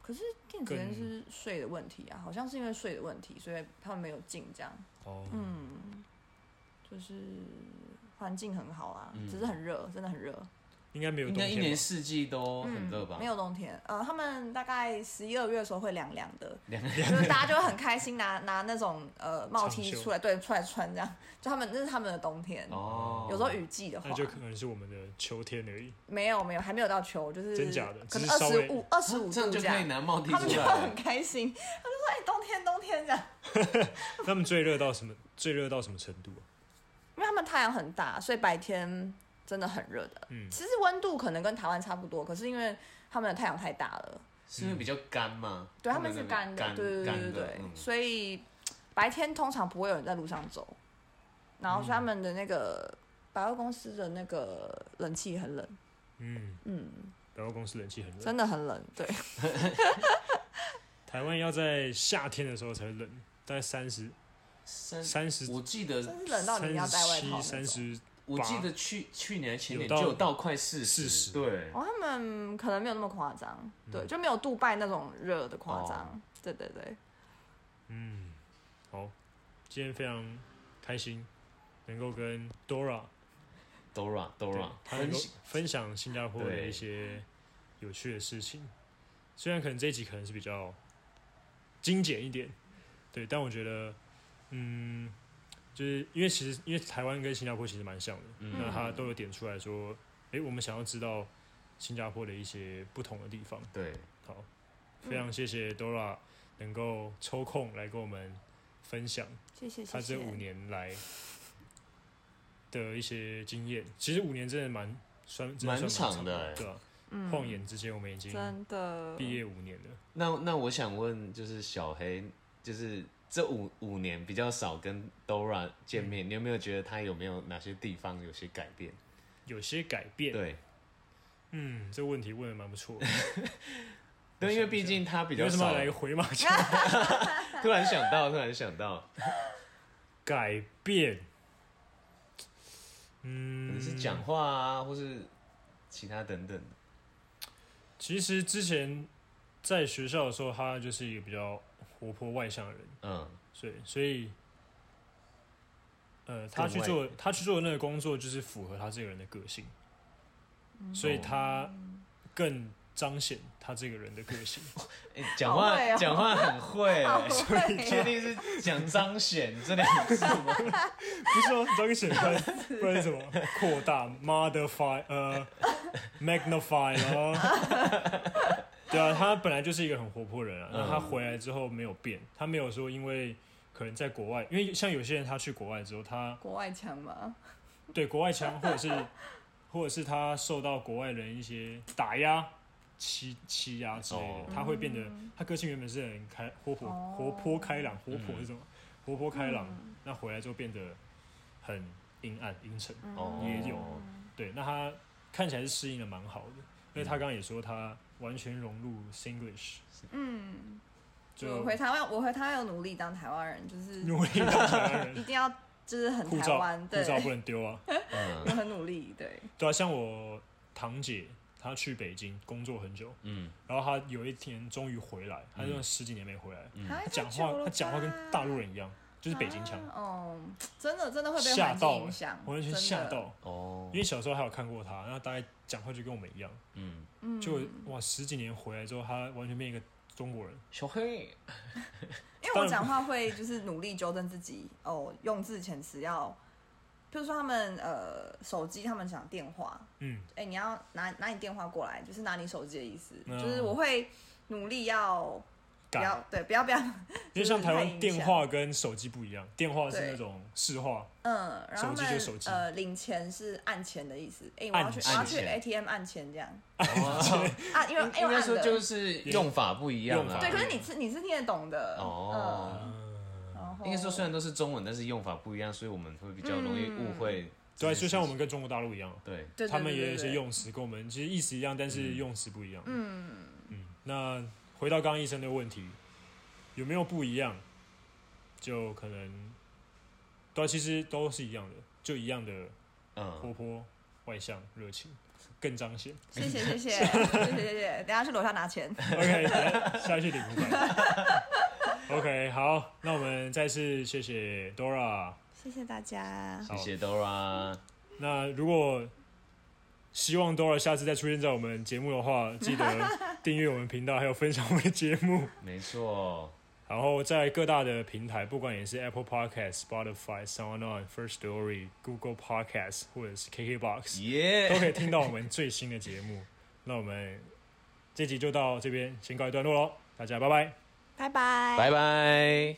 Speaker 3: 可是电子烟
Speaker 1: 更
Speaker 3: 是税的问题啊，好像是因为税的问题，所以他们没有禁这样。
Speaker 1: 哦，
Speaker 3: 嗯，就是环境很好啊，
Speaker 2: 嗯
Speaker 3: 只是很热，真的很热。
Speaker 1: 应该没有
Speaker 2: 应
Speaker 1: 冬
Speaker 2: 该一
Speaker 1: 天
Speaker 2: 年
Speaker 1: 吧。
Speaker 2: 四季都哦很热吧？
Speaker 3: 嗯没有冬天。呃，他们大概十一二月的时候会凉凉的，
Speaker 2: 两
Speaker 3: 就是大家就会很开心拿拿那种呃帽 T
Speaker 1: 长袖
Speaker 3: 出来，对，出来穿这样。就他们那是他们的冬天。
Speaker 2: 哦，
Speaker 3: 有时候雨季的话
Speaker 1: 那，就可能是我们的秋天而已。
Speaker 3: 没有没有还没有到秋，就是
Speaker 1: 真假的只
Speaker 3: 可能
Speaker 1: 是
Speaker 3: 二
Speaker 1: 稍
Speaker 3: 十
Speaker 1: 微
Speaker 3: 五二十五
Speaker 2: 啊这样
Speaker 3: 度
Speaker 2: 就
Speaker 3: 这
Speaker 2: 可以
Speaker 3: 样，
Speaker 2: 拿帽提
Speaker 3: 他们
Speaker 2: 出
Speaker 3: 就
Speaker 2: 来
Speaker 3: 很
Speaker 2: 了。
Speaker 3: 开心，他们就说：“哎、冬天冬天这样。”
Speaker 1: 他们最热到什么？最热到什么程度啊？
Speaker 3: 因为他们太阳很大，所以白天真的很热的。
Speaker 1: 嗯
Speaker 3: 其实温度可能跟台湾差不多，可是因为他们的太阳太大了，
Speaker 2: 是因为比较干吗？
Speaker 3: 对，他
Speaker 2: 他
Speaker 3: 们是干的，
Speaker 2: 干
Speaker 3: 对对
Speaker 2: 干
Speaker 3: 对对
Speaker 2: 的
Speaker 3: 对，
Speaker 2: 嗯
Speaker 3: 所以白天通常不会有人在路上走，然后所以他们的那个百货公司的那个冷气很冷，
Speaker 1: 嗯，
Speaker 3: 嗯，
Speaker 1: 百货公司冷气很冷
Speaker 3: 真，的很冷，对，
Speaker 1: 台湾要在夏天的时候才冷，大概三十
Speaker 2: 三，
Speaker 1: 三十
Speaker 2: 我记得
Speaker 3: 真是冷到你要戴外套那
Speaker 1: 三
Speaker 3: 种。
Speaker 1: 十
Speaker 2: 我记得去去年还前年
Speaker 1: 有到
Speaker 2: 就有到快四
Speaker 1: 40
Speaker 2: 对，
Speaker 3: 哦，他们可能没有那么夸张，
Speaker 1: 嗯
Speaker 3: 对，就没有杜拜那种热的夸张，
Speaker 2: 哦
Speaker 3: 对对对，
Speaker 1: 嗯，好，今天非常开心能够跟 Dora
Speaker 2: Dora
Speaker 1: 对
Speaker 2: Dora
Speaker 1: 她能
Speaker 2: 分
Speaker 1: 够
Speaker 2: 析
Speaker 1: 分享新加坡的
Speaker 2: 对
Speaker 1: 一些有趣的事情。虽然可能这一集可能是比较精简一点，对，但我觉得，嗯，就是因为其实因为台湾跟新加坡其实蛮像的，
Speaker 2: 嗯
Speaker 1: 那他
Speaker 3: 嗯
Speaker 1: 都有点出来说，诶，我们想要知道新加坡的一些不同的地方。
Speaker 2: 对，
Speaker 1: 好，非常谢谢 Dora 能够抽空来跟我们分享
Speaker 3: 谢谢谢
Speaker 1: 她
Speaker 3: 谢
Speaker 1: 这。五年来的一些经验。其实五年真的蛮算真的
Speaker 2: 蛮
Speaker 1: 算
Speaker 2: 长
Speaker 1: 长
Speaker 2: 的欸
Speaker 1: 对吧、晃眼之间我们已经
Speaker 3: 嗯真的
Speaker 1: 毕业五年了。
Speaker 2: 那那我想问，就是小黑，就是这五五年比较少跟 Dora 见
Speaker 1: 嗯
Speaker 2: 面，你有没有觉得他有没有哪些地方有些改变？
Speaker 1: 有些改变，
Speaker 2: 对，
Speaker 1: 嗯，这个问题问的蛮不错的。
Speaker 2: 对，因为毕竟他比
Speaker 1: 你为
Speaker 2: 较
Speaker 1: 什么
Speaker 2: 少
Speaker 1: 要，来个回马枪？
Speaker 2: 突然想到，突然想到，
Speaker 1: 改变，
Speaker 2: 可能
Speaker 1: 嗯，
Speaker 2: 是讲话啊，或是其他等等的。
Speaker 1: 其实之前在学校的时候，他就是一个比较活泼外向的人，
Speaker 2: 嗯，
Speaker 1: 所以所以，呃，他
Speaker 2: 更
Speaker 1: 去
Speaker 2: 外
Speaker 1: 做他去做的那个工作，就是符合他这个人的个性，所以他更彰显他这个人的个性。
Speaker 2: 诶讲
Speaker 3: 好
Speaker 2: 话
Speaker 3: 会哦
Speaker 2: 讲、话很会、
Speaker 3: 好会哦
Speaker 2: 你 确定是讲彰显这两个字吗？
Speaker 1: 不是说彰显，不然 不然是什么扩大 modify 呃 magnify 然 后。对啊，他本来就是一个很活泼人啊，然后他回来之后没有变，他没有说因为可能在国外，因为像有些人他去国外之后，他
Speaker 3: 国外强吗？
Speaker 1: 对国外腔，或者是 或者是他受到国外人一些打压、欺欺压之类的
Speaker 2: 哦，
Speaker 1: 他会变得
Speaker 3: 嗯
Speaker 1: 他个性原本是很开活泼、
Speaker 3: 哦
Speaker 1: 活泼开朗、活泼这种、活泼开朗，
Speaker 3: 嗯
Speaker 1: 那回来之后变得很阴暗、阴沉。
Speaker 3: 嗯
Speaker 2: 哦
Speaker 1: 也有对，那他看起来是适应的蛮好的，因为他刚刚也说他完全融入 Singlish，
Speaker 3: 嗯，
Speaker 1: 就
Speaker 3: 我回台湾，我回台湾有努力当台湾人，就是
Speaker 1: 努力当台湾
Speaker 3: 一
Speaker 1: 人，
Speaker 3: 定要就是很
Speaker 1: 护
Speaker 3: 台
Speaker 1: 照
Speaker 3: 湾，
Speaker 1: 护照
Speaker 3: 对，
Speaker 1: 不能丢啊。
Speaker 2: 嗯，
Speaker 3: 我很努力，对，
Speaker 1: 对啊，像我堂姐，他去北京工作很久，
Speaker 2: 嗯，
Speaker 1: 然后他有一天终于回来，他
Speaker 3: 嗯
Speaker 1: 用十几年没回来，
Speaker 7: 啊
Speaker 1: 他嗯讲话他讲话跟大陆
Speaker 7: 人
Speaker 1: 人一样，就是北京腔，
Speaker 7: 哦，
Speaker 3: 真的真的会被
Speaker 1: 吓
Speaker 3: 环境
Speaker 1: 到
Speaker 3: 影响，
Speaker 1: 我完全
Speaker 3: 真的
Speaker 1: 吓。到，
Speaker 2: 哦
Speaker 1: 因，为小时候还有看过他，然后大概讲话就跟我们一样，
Speaker 2: 嗯，
Speaker 7: 嗯，
Speaker 1: 就哇十几年回来之后，他完全变一个中国人，
Speaker 2: 小黑，
Speaker 3: 因为我讲话会就是努力纠正自己哦，用字遣词要，譬如说他们呃手机他们讲电话，
Speaker 1: 嗯，
Speaker 3: 哎、你要拿拿你电话过来，就是拿你手机的意思，
Speaker 1: 嗯
Speaker 3: 就是我会努力要不
Speaker 1: 改
Speaker 3: 要，对，不要不要，
Speaker 1: 因为像台
Speaker 3: 就是太
Speaker 1: 湾
Speaker 3: 影响
Speaker 1: 电话跟手机不一样，电话是
Speaker 3: 对
Speaker 1: 那种市话，
Speaker 3: 嗯，然
Speaker 1: 手
Speaker 3: 后他
Speaker 1: 机就
Speaker 3: 们
Speaker 1: 手机
Speaker 3: 呃领钱是按钱的意思，哎、我要去我
Speaker 2: 按
Speaker 3: 要
Speaker 2: 钱
Speaker 3: 去 ATM 按钱这样，
Speaker 2: 哦
Speaker 3: 啊，因为因
Speaker 2: 应该
Speaker 3: 为按
Speaker 2: 说
Speaker 3: 的，
Speaker 2: 就是用法不一样
Speaker 1: 用
Speaker 2: 啊。
Speaker 1: 法
Speaker 3: 对，可是你是你是听得懂的，
Speaker 2: 哦，
Speaker 3: 嗯，然后
Speaker 2: 应该说虽然都是中文，但是用法不一样，所以我们会比较容
Speaker 3: 嗯
Speaker 2: 易误会这件
Speaker 1: 对，
Speaker 2: 事
Speaker 1: 就
Speaker 2: 情。
Speaker 1: 像我们跟中国大陆一样，
Speaker 2: 对，
Speaker 3: 对对
Speaker 1: 他们也有一
Speaker 3: 对对
Speaker 1: 些
Speaker 3: 对
Speaker 1: 用词跟我们其实意思一样，但是用词不一样。嗯嗯，那回到刚刚医生的问题，有没有不一样？就可能，对啊，其实都是一样的，就一样的活
Speaker 2: 嗯，
Speaker 1: 泼、外向、热情，更彰显。
Speaker 3: 谢谢谢谢谢谢谢谢，等一下去楼下 拿钱。
Speaker 1: OK，来下去领五百。OK，好， 那我们再次谢谢 Dora。
Speaker 3: 谢谢大家，
Speaker 2: 谢谢 Dora，
Speaker 1: 那如果希望 Dora 下次再出现在我们节目的话，记得订阅我们频道，还有分享我们的节目。
Speaker 2: 没错，
Speaker 1: 然后在各大的平台，不管也是 Apple Podcast、Spotify、Sound On、First Story、Google Podcast 或者是 KKBox，
Speaker 2: 耶
Speaker 1: 都可以听到我们最新的节目。那我们这集就到这边先告一段落喽，大家拜拜。
Speaker 7: 拜拜，
Speaker 2: 拜拜。